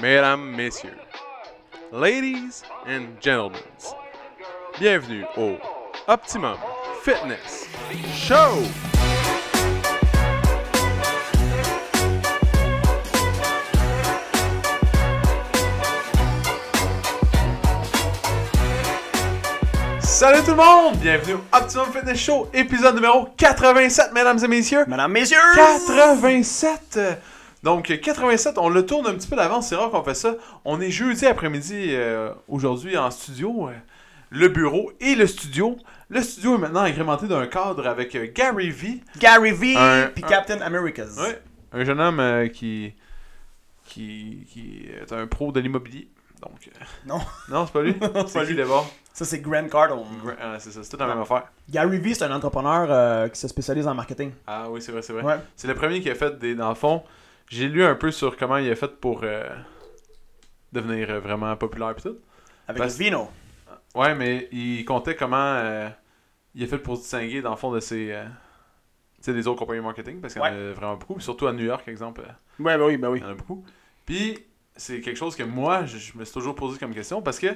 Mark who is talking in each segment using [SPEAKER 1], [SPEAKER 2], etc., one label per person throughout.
[SPEAKER 1] mesdames, messieurs, ladies and gentlemen, bienvenue au Optimum Fitness Show! Salut tout le monde! Bienvenue au Optimum Fitness Show, épisode numéro 87, mesdames et messieurs!
[SPEAKER 2] Madame, messieurs!
[SPEAKER 1] 87! Euh, Donc, euh, 87, on le tourne un petit peu d'avance, c'est rare qu'on fait ça. On est jeudi après-midi euh, aujourd'hui en studio. euh, le bureau et le studio. Le studio est maintenant agrémenté d'un cadre avec euh, Gary V.
[SPEAKER 2] Gary V
[SPEAKER 1] Un-
[SPEAKER 2] puis
[SPEAKER 1] un-
[SPEAKER 2] Captain America's.
[SPEAKER 1] Ouais, un jeune homme euh, qui, qui. qui est un pro de l'immobilier. Donc. euh,
[SPEAKER 2] Non.
[SPEAKER 1] Non, c'est pas lui.
[SPEAKER 2] pas
[SPEAKER 1] c'est lui
[SPEAKER 2] lui.
[SPEAKER 1] d'abord.
[SPEAKER 2] Ça, c'est Grant Cardone.
[SPEAKER 1] Gra- ah, c'est ça, c'est tout la même affaire.
[SPEAKER 2] Gary V, c'est un entrepreneur euh, qui se spécialise en marketing.
[SPEAKER 1] Ah oui, c'est vrai, c'est vrai.
[SPEAKER 2] Ouais.
[SPEAKER 1] C'est le premier qui a fait des. Dans le fond, j'ai lu un peu sur comment il a fait pour euh, devenir euh, vraiment populaire pis tout.
[SPEAKER 2] Avec
[SPEAKER 1] Parce-
[SPEAKER 2] le vino.
[SPEAKER 1] Ouais, mais il comptait comment euh, il a fait pour se distinguer dans le fond de ses. euh, tu sais, des autres compagnies marketing, parce qu'il y en a vraiment beaucoup. puis Surtout à New York, exemple, euh,
[SPEAKER 2] Ouais, bah oui, bah
[SPEAKER 1] il y en a beaucoup. Puis, c'est quelque chose que moi, je, je me suis toujours posé comme question, parce que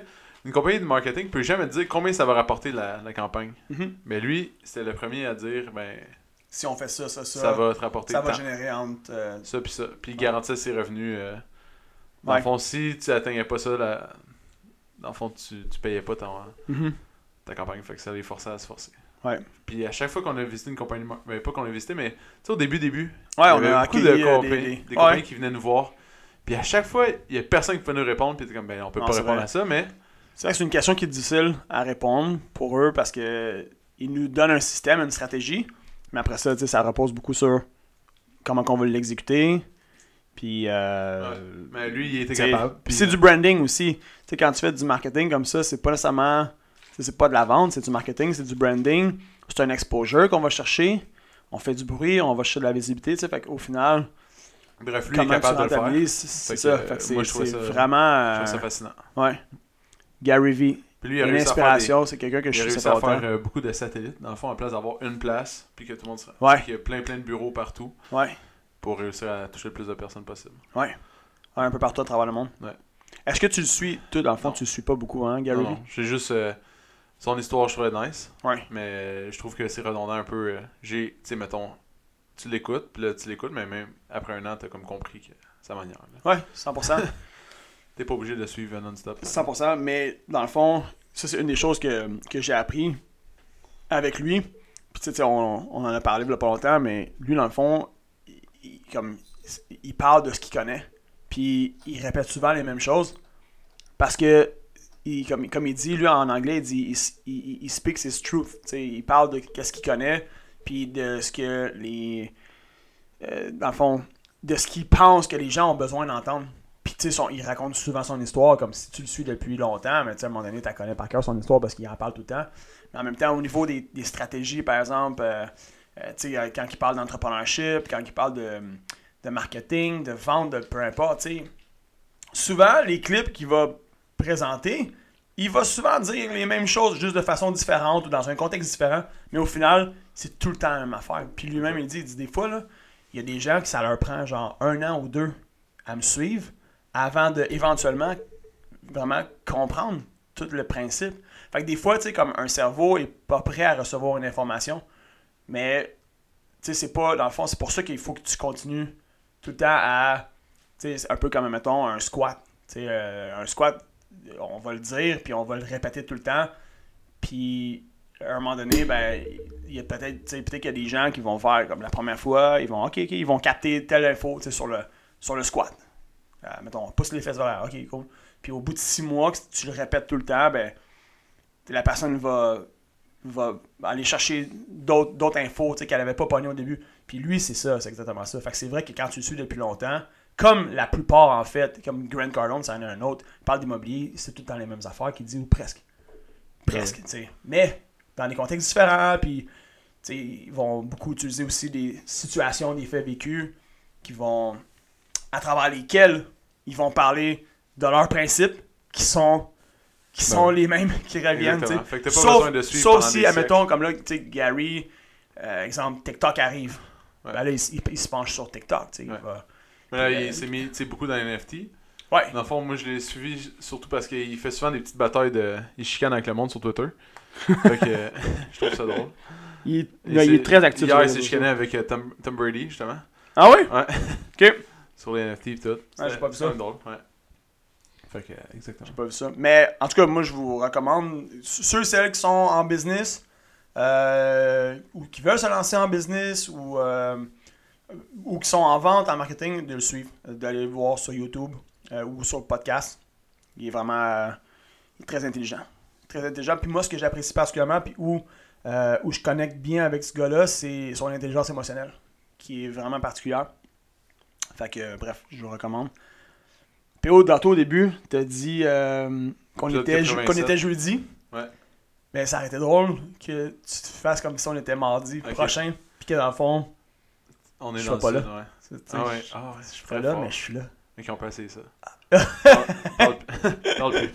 [SPEAKER 1] une compagnie de marketing peut jamais dire combien ça va rapporter la, la campagne.
[SPEAKER 2] Mhm.
[SPEAKER 1] Mais lui, c'était le premier à dire, ben,
[SPEAKER 2] Si on fait ça, ça, ça,
[SPEAKER 1] ça, va te rapporter
[SPEAKER 2] ça va
[SPEAKER 1] tant.
[SPEAKER 2] générer entre. euh,
[SPEAKER 1] ça puis ça. Puis il garantissait ses revenus. euh, dans
[SPEAKER 2] Ouais.
[SPEAKER 1] le fond, si tu atteignais pas ça, la... dans le fond, tu, tu payais pas ton, ta campagne. Fait que ça les forçait à se forcer.
[SPEAKER 2] Ouais.
[SPEAKER 1] Puis à chaque fois qu'on a visité une compagnie, mar- ben, pas qu'on a visité, mais tu sais, au début, début,
[SPEAKER 2] Ouais,
[SPEAKER 1] il y
[SPEAKER 2] on
[SPEAKER 1] avait
[SPEAKER 2] a
[SPEAKER 1] beaucoup
[SPEAKER 2] accueilli
[SPEAKER 1] de
[SPEAKER 2] euh,
[SPEAKER 1] compagnies,
[SPEAKER 2] des, des-
[SPEAKER 1] des
[SPEAKER 2] Ouais.
[SPEAKER 1] compagnies qui venaient nous voir. Puis à chaque fois, il y a personne qui pouvait nous répondre. Puis t'es comme, ben, on peut
[SPEAKER 2] Non,
[SPEAKER 1] pas
[SPEAKER 2] c'est
[SPEAKER 1] répondre
[SPEAKER 2] vrai.
[SPEAKER 1] à ça, mais
[SPEAKER 2] C'est vrai que c'est une question qui est difficile à répondre pour eux parce que ils nous donnent un système, une stratégie, mais après ça, tu sais, ça repose beaucoup sur comment qu'on veut l'exécuter. Puis, euh,
[SPEAKER 1] mais ben, lui, il était
[SPEAKER 2] T'sais,
[SPEAKER 1] capable. euh,
[SPEAKER 2] Puis c'est du branding aussi. T'sais, quand tu fais du marketing comme ça, c'est pas nécessairement. t'sais, C'est pas de la vente, c'est du marketing, c'est du branding. C'est un exposure qu'on va chercher. On fait du bruit, on va chercher de la visibilité. T'sais, fait Au final,
[SPEAKER 1] Bref, lui, il est
[SPEAKER 2] comment tu
[SPEAKER 1] capable de le faire. Je
[SPEAKER 2] rentabilises, c'est
[SPEAKER 1] Fait
[SPEAKER 2] ça.
[SPEAKER 1] que, euh,
[SPEAKER 2] Fait que c'est
[SPEAKER 1] moi, je trouvais
[SPEAKER 2] c'est
[SPEAKER 1] ça-
[SPEAKER 2] vraiment.
[SPEAKER 1] trouve ça
[SPEAKER 2] euh,
[SPEAKER 1] fascinant.
[SPEAKER 2] ouais. Gary V.
[SPEAKER 1] Puis lui, il a
[SPEAKER 2] Une
[SPEAKER 1] réussi à faire des-
[SPEAKER 2] inspiration, c'est quelqu'un que
[SPEAKER 1] Il
[SPEAKER 2] je
[SPEAKER 1] a
[SPEAKER 2] suis
[SPEAKER 1] réussi
[SPEAKER 2] super
[SPEAKER 1] à
[SPEAKER 2] content.
[SPEAKER 1] faire euh, beaucoup de satellites, dans le fond, en place d'avoir une place, puis que tout le monde se
[SPEAKER 2] Ouais.
[SPEAKER 1] Qu'il y a plein, plein de bureaux partout
[SPEAKER 2] Ouais,
[SPEAKER 1] pour réussir à toucher le plus de personnes possible.
[SPEAKER 2] ouais. Ouais, Un peu partout à travers le monde.
[SPEAKER 1] Ouais.
[SPEAKER 2] Est-ce que tu le suis, toi, dans le fond,
[SPEAKER 1] Non.
[SPEAKER 2] tu le suis pas beaucoup, hein, Gary
[SPEAKER 1] Non,
[SPEAKER 2] V?
[SPEAKER 1] non, J'ai juste. euh, son histoire, je trouvais nice,
[SPEAKER 2] Ouais.
[SPEAKER 1] mais euh, je trouve que c'est redondant un peu. euh, J'ai. Tu sais, mettons, tu l'écoutes, puis là, tu l'écoutes, mais même après un an, t'as comme compris que sa manière. là.
[SPEAKER 2] Ouais, 100%.
[SPEAKER 1] T'es pas obligé de suivre euh, non-stop.
[SPEAKER 2] 100%, mais dans le fond, ça c'est une des choses que, que j'ai appris avec lui. Puis tu sais, on, on en a parlé il y a pas longtemps, mais lui dans le fond, il, il- comme, il parle de ce qu'il connaît. Puis il répète souvent les mêmes choses. Parce que, il, comme, comme il dit, lui en anglais, il dit, il, s- il, il- il speaks his truth. Tu sais, il parle de qu'est-ce qu'il connaît, puis de ce que les. euh, dans le fond, de ce qu'il pense que les gens ont besoin d'entendre. Puis, tu sais, son- il raconte souvent son histoire, comme si tu le suis depuis longtemps, mais tu sais, à un moment donné, tu connais par cœur son histoire parce qu'il en parle tout le temps. Mais en même temps, au niveau des, des stratégies, par exemple, euh, euh, tu sais, euh, quand il parle d'entrepreneurship, quand il parle de, de marketing, de vente, de peu importe, tu sais, souvent, les clips qu'il va présenter, il va souvent dire les mêmes choses, juste de façon différente ou dans un contexte différent, mais au final, c'est tout le temps la même affaire. Puis lui-même, il dit, il dit des fois, là, il y a des gens que ça leur prend genre un an ou deux à me suivre avant de éventuellement vraiment comprendre tout le principe. Fait que des fois, tu sais, comme un cerveau est pas prêt à recevoir une information, mais tu sais, c'est pas, dans le fond, c'est pour ça qu'il faut que tu continues tout le temps à, tu sais, c'est un peu comme, mettons, un squat. Tu sais, euh, un squat, on va le dire, puis on va le répéter tout le temps, puis à un moment donné, ben, il y a peut-être, tu sais, peut-être qu'il y a des gens qui vont faire comme la première fois, ils vont, ok, ok, ils vont capter telle info, tu sais, sur le, sur le squat. Euh, mettons, on pousse les fesses vers l'air, ok, cool. Puis au bout de six mois, que tu le répètes tout le temps, ben, la personne va, va aller chercher d'autres d'autres infos tu sais, qu'elle n'avait pas pogné au début. Puis lui, c'est ça, c'est exactement ça. Fait que c'est vrai que quand tu le suis depuis longtemps, comme la plupart en fait, comme Grant Cardone, ça en est un autre, il parle d'immobilier, c'est tout le temps les mêmes affaires qu'il dit, ou presque. Presque, tu sais. Mais dans des contextes différents, puis tu sais, ils vont beaucoup utiliser aussi des situations, des faits vécus qui vont à travers lesquels ils vont parler de leurs principes qui sont qui
[SPEAKER 1] Ben
[SPEAKER 2] sont les mêmes qui reviennent.
[SPEAKER 1] Exactement.
[SPEAKER 2] tu sais.
[SPEAKER 1] Fait que t'as pas
[SPEAKER 2] sauf,
[SPEAKER 1] besoin de suivre
[SPEAKER 2] sauf
[SPEAKER 1] pendant
[SPEAKER 2] si,
[SPEAKER 1] des
[SPEAKER 2] admettons, comme là, tu sais, Gary, euh, exemple, TikTok arrive.
[SPEAKER 1] Ouais.
[SPEAKER 2] Ben là, il, s- il- il se penche sur TikTok. tu sais, il
[SPEAKER 1] Ouais.
[SPEAKER 2] va-
[SPEAKER 1] Mais là, il s'est mis tu sais, beaucoup dans les NFT.
[SPEAKER 2] Ouais.
[SPEAKER 1] Dans le fond, moi, je l'ai suivi surtout parce qu'il fait souvent des petites batailles de. Il chicane avec le monde sur Twitter. fait que euh, je trouve ça drôle.
[SPEAKER 2] Il est,
[SPEAKER 1] Et
[SPEAKER 2] il est
[SPEAKER 1] c'est-
[SPEAKER 2] très actif. sur
[SPEAKER 1] Hier,
[SPEAKER 2] les
[SPEAKER 1] il
[SPEAKER 2] réseaux
[SPEAKER 1] s'est chicané avec euh, Tom, Tom Brady, justement.
[SPEAKER 2] sociaux. Ah ouais?
[SPEAKER 1] Ouais.
[SPEAKER 2] Ok.
[SPEAKER 1] sur les NFT et tout.
[SPEAKER 2] Ah, j'ai pas vu
[SPEAKER 1] C'est
[SPEAKER 2] ça.
[SPEAKER 1] quand même drôle, ouais. Fait que, euh, exactement.
[SPEAKER 2] J'ai pas vu ça. Mais en tout cas, moi, je vous recommande, ceux et celles qui sont en business, euh, ou qui veulent se lancer en business, ou, euh, ou qui sont en vente, en marketing, de le suivre, d'aller le voir sur YouTube euh, ou sur le podcast. Il est vraiment euh, très intelligent. Très intelligent. Puis moi, ce que j'apprécie particulièrement, puis où, euh, où je connecte bien avec ce gars-là, c'est son intelligence émotionnelle, qui est vraiment particulière. Fait que, euh, bref, je vous recommande. PO, dans toi, au début, t'as dit euh, qu'on
[SPEAKER 1] Épisode
[SPEAKER 2] était, je-
[SPEAKER 1] 87.
[SPEAKER 2] qu'on était jeudi.
[SPEAKER 1] Ouais.
[SPEAKER 2] Mais ça aurait été drôle que tu te fasses comme si on était mardi
[SPEAKER 1] Ok.
[SPEAKER 2] prochain, puis que dans le fond,
[SPEAKER 1] On est
[SPEAKER 2] Je
[SPEAKER 1] dans le
[SPEAKER 2] suis pas
[SPEAKER 1] sud, ouais.
[SPEAKER 2] c'est- tu sais,
[SPEAKER 1] Ah ouais,
[SPEAKER 2] je
[SPEAKER 1] ah ouais, je
[SPEAKER 2] suis pas là, mais je suis là.
[SPEAKER 1] Mais qu'on peut essayer ça. Parle parle plus. Parle plus.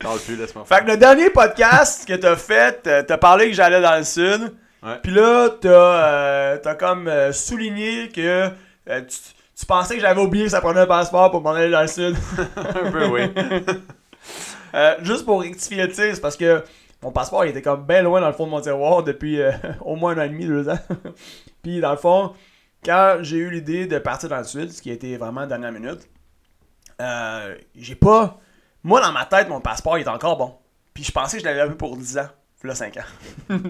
[SPEAKER 1] Parle plus, laisse-moi
[SPEAKER 2] Fait
[SPEAKER 1] faire.
[SPEAKER 2] que le dernier podcast que t'as fait, euh, t'as parlé que j'allais dans le sud.
[SPEAKER 1] Ouais.
[SPEAKER 2] Puis là, t'as euh, t'as comme euh, souligné que euh, tu, tu pensais que j'avais oublié que ça prenait un passeport pour m'en aller dans le sud.
[SPEAKER 1] Un peu, oui.
[SPEAKER 2] Euh, juste pour rectifier le tir, c'est parce que mon passeport il était comme bien loin dans le fond de mon tiroir depuis euh, au moins un an et demi, deux ans. Puis dans le fond, quand j'ai eu l'idée de partir dans le sud, ce qui a été vraiment dernière minute, euh, j'ai pas. Moi dans ma tête, mon passeport il est encore bon. Puis je pensais que je l'avais vu pour 10 ans. Puis là, 5 ans.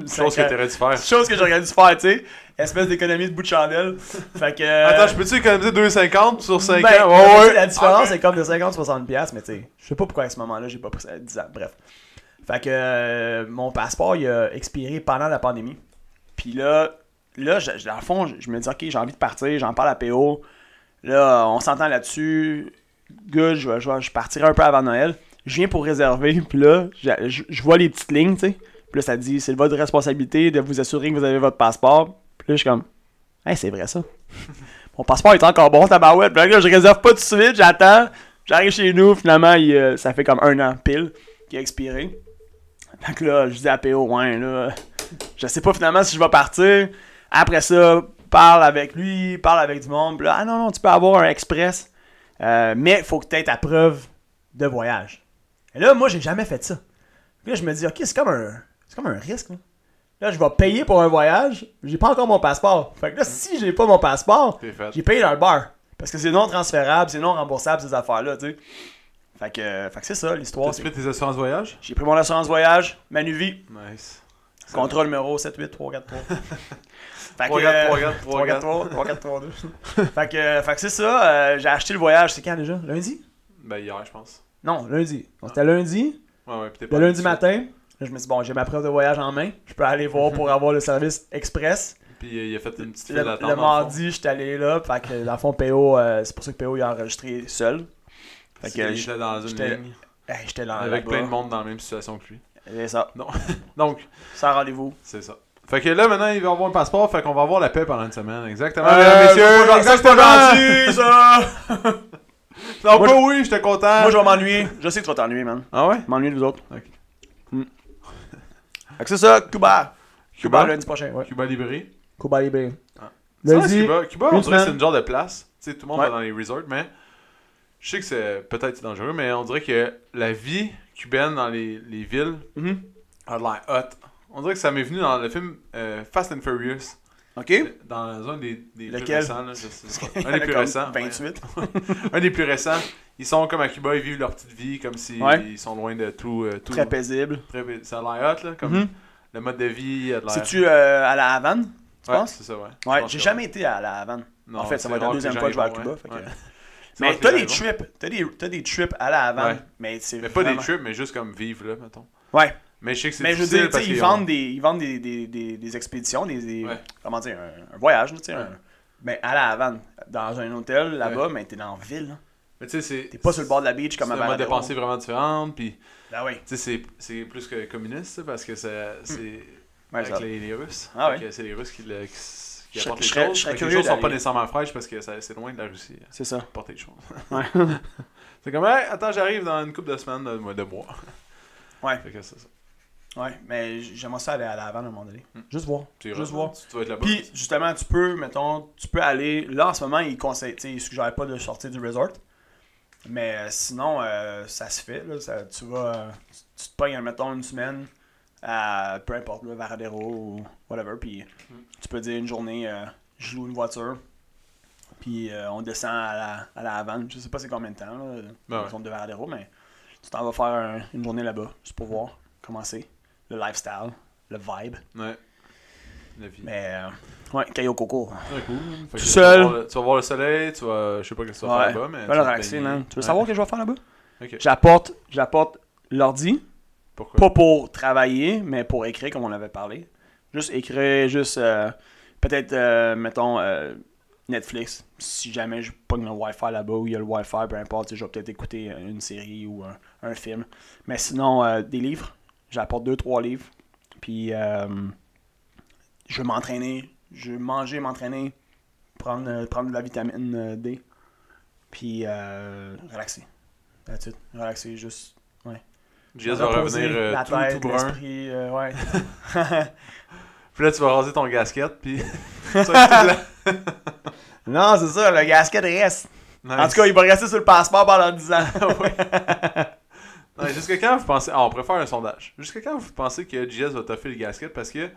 [SPEAKER 2] Cinq
[SPEAKER 1] Chose que
[SPEAKER 2] ans.
[SPEAKER 1] t'aurais dû faire.
[SPEAKER 2] Chose que j'aurais dû faire, tu sais. Espèce d'économie de bout de chandelle. Fait que. euh,
[SPEAKER 1] Attends, je peux-tu économiser 2,50 sur 5
[SPEAKER 2] ben,
[SPEAKER 1] ans?
[SPEAKER 2] ben,
[SPEAKER 1] Ouais,
[SPEAKER 2] tu
[SPEAKER 1] ouais.
[SPEAKER 2] sais, La différence
[SPEAKER 1] Ah,
[SPEAKER 2] est comme de 50-60$, piastres, mais tu sais, je sais pas pourquoi à ce moment-là, j'ai pas pris ça à 10 ans. Bref. Fait que euh, mon passeport, il a expiré pendant la pandémie. Puis là, là, je, je- dans le fond, je, je me dis, OK, j'ai envie de partir, j'en parle à PO. Là, on s'entend là-dessus. Good, je, vais- je, vais- je partirai un peu avant Noël. Je viens pour réserver, puis là, je, je- je vois les petites lignes, tu sais. Puis là, ça dit, c'est votre responsabilité de vous assurer que vous avez votre passeport. Puis là, je suis comme, hey, c'est vrai ça. Mon passeport est encore bon, tabarouette. Puis là, je réserve pas tout de suite, j'attends. J'arrive chez nous, finalement, il, euh, ça fait comme un an pile qu'il a expiré. Fait que là, je dis à PO, ouais, là, je sais pas finalement si je vais partir. Après ça, parle avec lui, parle avec du monde. Puis là, ah non, non, tu peux avoir un express. Euh, mais faut que tu aies ta preuve de voyage. Et là, moi, j'ai jamais fait ça. Puis là, je me dis, ok, c'est comme un, c'est comme un risque. là. Là, je vais payer pour un voyage, j'ai pas encore mon passeport. Fait que là, si j'ai pas mon passeport,
[SPEAKER 1] T'es fait.
[SPEAKER 2] j'ai payé dans le bar. Parce que c'est non transférable, c'est non remboursable, ces affaires-là, tu sais. Fait que, euh, fait que c'est ça, l'histoire.
[SPEAKER 1] T'as-tu
[SPEAKER 2] c'est-
[SPEAKER 1] fait tes assurances voyage?
[SPEAKER 2] J'ai pris mon assurance voyage, Manuvie,
[SPEAKER 1] Nice.
[SPEAKER 2] contrat numéro 78343. fait que, euh,
[SPEAKER 1] 3-4-3-4-3-4.
[SPEAKER 2] 3-4-3-4-3-2. fait que, euh, fait que c'est ça, euh, j'ai acheté le voyage, c'est quand déjà? Lundi?
[SPEAKER 1] Ben, hier, je pense.
[SPEAKER 2] Non, lundi. Donc, C'était lundi,
[SPEAKER 1] Ouais, ouais, pis t'es pas
[SPEAKER 2] le lundi
[SPEAKER 1] habitué.
[SPEAKER 2] matin. Là, je me suis dit, bon, j'ai ma preuve de voyage en main. Je peux aller voir pour avoir le service express.
[SPEAKER 1] Puis euh, il a fait une petite file
[SPEAKER 2] Le,
[SPEAKER 1] d'attente. dans
[SPEAKER 2] le
[SPEAKER 1] fond.
[SPEAKER 2] mardi, j'étais allé là. Fait que, dans le fond, PO, euh, c'est pour ça que PO il a enregistré seul. Fait
[SPEAKER 1] Puis,
[SPEAKER 2] que,
[SPEAKER 1] il
[SPEAKER 2] j-
[SPEAKER 1] était dans une
[SPEAKER 2] j'étais-
[SPEAKER 1] ligne
[SPEAKER 2] hey, j'étais là.
[SPEAKER 1] avec
[SPEAKER 2] là-bas.
[SPEAKER 1] plein de monde dans la même situation que lui.
[SPEAKER 2] C'est ça.
[SPEAKER 1] Donc,
[SPEAKER 2] Sans rendez-vous.
[SPEAKER 1] c'est ça. Fait que là, maintenant, il va avoir un passeport. Fait qu'on va avoir la paix pendant une semaine. Exactement,
[SPEAKER 2] Euh,
[SPEAKER 1] mesdames, messieurs.
[SPEAKER 2] moi, je-
[SPEAKER 1] exactement.
[SPEAKER 2] c'est pas gentil, ça!
[SPEAKER 1] Donc,
[SPEAKER 2] Moi,
[SPEAKER 1] bah oui, j'étais content.
[SPEAKER 2] Moi, je vais m'ennuyer. Je sais que tu vas t'ennuyer, man.
[SPEAKER 1] Ah ouais?
[SPEAKER 2] M'ennuyer de vous autres.
[SPEAKER 1] Ok.
[SPEAKER 2] Hmm. Fait que c'est ça, Cuba. Cuba,
[SPEAKER 1] Cuba?
[SPEAKER 2] lundi prochain, ouais.
[SPEAKER 1] Cuba libéré.
[SPEAKER 2] Cuba libre.
[SPEAKER 1] Ah. C'est
[SPEAKER 2] Lundi.
[SPEAKER 1] Cuba. Cuba, on
[SPEAKER 2] une
[SPEAKER 1] dirait que c'est
[SPEAKER 2] semaine.
[SPEAKER 1] une genre de place. Tu sais, tout le monde
[SPEAKER 2] Ouais.
[SPEAKER 1] va dans les resorts, mais je sais que c'est peut-être c'est dangereux, mais on dirait que la vie cubaine dans les, les villes
[SPEAKER 2] Mhm.
[SPEAKER 1] a de l'air hot. On dirait que ça m'est venu dans le film euh, Fast and Furious.
[SPEAKER 2] OK.
[SPEAKER 1] Dans un des, des plus
[SPEAKER 2] Lequel?
[SPEAKER 1] récents. là, je sais pas.
[SPEAKER 2] Il y en
[SPEAKER 1] Un
[SPEAKER 2] a
[SPEAKER 1] des plus
[SPEAKER 2] comme
[SPEAKER 1] récents. ouais.
[SPEAKER 2] 28.
[SPEAKER 1] Un des plus récents. Ils sont comme à Cuba, ils vivent leur petite vie comme s'ils
[SPEAKER 2] Ouais.
[SPEAKER 1] ils sont loin de tout. euh, tout
[SPEAKER 2] Très paisible.
[SPEAKER 1] Très- ça a l'air hot, là. Comme
[SPEAKER 2] Mhm.
[SPEAKER 1] Le mode de vie, il a de l'air.
[SPEAKER 2] C'est-tu euh, à la Havane, tu
[SPEAKER 1] Ouais,
[SPEAKER 2] penses?
[SPEAKER 1] C'est ça, ouais. Je
[SPEAKER 2] Ouais,
[SPEAKER 1] pense
[SPEAKER 2] j'ai
[SPEAKER 1] que
[SPEAKER 2] jamais été à la Havane.
[SPEAKER 1] Non,
[SPEAKER 2] en fait, ça
[SPEAKER 1] c'est
[SPEAKER 2] va être la
[SPEAKER 1] rare que
[SPEAKER 2] deuxième
[SPEAKER 1] les
[SPEAKER 2] fois que je vais à
[SPEAKER 1] gens y
[SPEAKER 2] Cuba.
[SPEAKER 1] vont, ouais.
[SPEAKER 2] fait que-
[SPEAKER 1] Ouais. C'est rare
[SPEAKER 2] Mais
[SPEAKER 1] que
[SPEAKER 2] t'as
[SPEAKER 1] les
[SPEAKER 2] des
[SPEAKER 1] gens y vont.
[SPEAKER 2] trips. T'as des, t'as des trips à la Havane.
[SPEAKER 1] Ouais.
[SPEAKER 2] Mais c'est
[SPEAKER 1] Mais pas des
[SPEAKER 2] vraiment-
[SPEAKER 1] trips, mais juste comme vivre, là, mettons.
[SPEAKER 2] Ouais.
[SPEAKER 1] Mais je sais que c'est
[SPEAKER 2] Mais je veux
[SPEAKER 1] difficile
[SPEAKER 2] dire, tu
[SPEAKER 1] parce
[SPEAKER 2] sais, ils
[SPEAKER 1] qu'ils
[SPEAKER 2] vendent,
[SPEAKER 1] ont-
[SPEAKER 2] des, ils vendent des, des, des, des expéditions, des, des-
[SPEAKER 1] Ouais.
[SPEAKER 2] comment dire, un, un voyage, là, tu sais,
[SPEAKER 1] Ouais.
[SPEAKER 2] un- ben, à la Havane, dans un hôtel là-bas, mais t'es dans la ville, là.
[SPEAKER 1] Mais tu sais, c'est.
[SPEAKER 2] t'es pas sur le bord de la beach
[SPEAKER 1] C'est
[SPEAKER 2] comme à
[SPEAKER 1] un mode de
[SPEAKER 2] Varadero.
[SPEAKER 1] pensée vraiment différent. Puis, tu
[SPEAKER 2] Ah oui,
[SPEAKER 1] sais, c'est- c'est plus que communiste, ça, parce que ça- c'est.
[SPEAKER 2] ouais,
[SPEAKER 1] avec
[SPEAKER 2] ça.
[SPEAKER 1] les, les Russes.
[SPEAKER 2] Ah
[SPEAKER 1] Fait
[SPEAKER 2] ouais.
[SPEAKER 1] que C'est les Russes qui, le, qui, s- qui
[SPEAKER 2] Je-
[SPEAKER 1] apportent
[SPEAKER 2] je
[SPEAKER 1] les
[SPEAKER 2] serais-
[SPEAKER 1] choses.
[SPEAKER 2] je serais
[SPEAKER 1] Fait que les
[SPEAKER 2] curieux
[SPEAKER 1] choses sont pas
[SPEAKER 2] d'aller-
[SPEAKER 1] nécessairement fraîches parce que ça- c'est loin de la Russie. euh,
[SPEAKER 2] c'est ça.
[SPEAKER 1] Apporter des choses.
[SPEAKER 2] Ouais.
[SPEAKER 1] c'est comme, hey, attends, j'arrive dans une couple de semaines, de mois. De mois.
[SPEAKER 2] Ouais.
[SPEAKER 1] Fait que c'est ça.
[SPEAKER 2] Ouais, mais j- j'aimerais ça aller à la Havane à un moment donné. Juste voir.
[SPEAKER 1] Hmm. Tu
[SPEAKER 2] Juste
[SPEAKER 1] iras,
[SPEAKER 2] voir.
[SPEAKER 1] Tu vas être là-bas.
[SPEAKER 2] Puis, justement, tu peux, mettons, tu peux aller. Là, en ce moment, ils conseillent, tu sais, ils suggèrent pas de sortir du resort. Mais euh, sinon, euh, ça se fait. Là, ça- tu vas. euh, tu tu te pognes, mettons, une semaine à peu importe, le Varadero ou whatever. Puis
[SPEAKER 1] Hmm.
[SPEAKER 2] tu peux dire une journée, euh, je loue une voiture. Puis euh, on descend à la, à la Havane. Je sais pas c'est combien de temps, là,
[SPEAKER 1] Ben
[SPEAKER 2] la
[SPEAKER 1] ouais.
[SPEAKER 2] zone de Varadero, mais tu t'en vas faire un- une journée là-bas, juste pour voir comment c'est. Le lifestyle, le vibe.
[SPEAKER 1] Ouais. La vie.
[SPEAKER 2] Mais euh, ouais, caillou coco.
[SPEAKER 1] Très cool. Fait que
[SPEAKER 2] Tout
[SPEAKER 1] tu
[SPEAKER 2] seul.
[SPEAKER 1] vas voir le- Tu vas voir le soleil, tu vas. Je sais pas ce que tu vas
[SPEAKER 2] Ouais.
[SPEAKER 1] faire là-bas, mais.
[SPEAKER 2] Va le
[SPEAKER 1] vas te
[SPEAKER 2] relaxer,
[SPEAKER 1] baigner.
[SPEAKER 2] man. Tu veux
[SPEAKER 1] Ouais.
[SPEAKER 2] savoir ce que je vais faire là-bas?
[SPEAKER 1] Ok.
[SPEAKER 2] J'apporte, j'apporte l'ordi.
[SPEAKER 1] Pourquoi
[SPEAKER 2] Pas pour travailler, mais pour écrire, comme on avait parlé. Juste écrire, juste euh, peut-être, euh, mettons, euh, Netflix. Si jamais je pogne le Wi-Fi là-bas ou il y a le Wi-Fi, peu importe, tu sais, je vais peut-être écouter euh, une série ou un, un film. Mais sinon, euh, des livres. J'apporte deux, trois livres. Puis euh, je vais m'entraîner. Je vais manger, m'entraîner, prendre, euh, prendre de la vitamine euh, D. Puis euh, relaxer. That's it. Relaxer, juste
[SPEAKER 1] JS va
[SPEAKER 2] Reposer
[SPEAKER 1] revenir euh,
[SPEAKER 2] la
[SPEAKER 1] tout,
[SPEAKER 2] tête,
[SPEAKER 1] tout brun.
[SPEAKER 2] l'esprit, euh, ouais.
[SPEAKER 1] Puis là, tu vas raser ton gasket, puis. Ça, c'est tout blanc.
[SPEAKER 2] non, c'est ça, le gasket reste.
[SPEAKER 1] Nice.
[SPEAKER 2] En tout cas, il va rester sur le passeport pendant 10 ans.
[SPEAKER 1] Non, mais jusqu'à quand vous pensez. Ah, on préfère un sondage. Jusqu'à quand vous pensez que JS va toffer le gasket parce que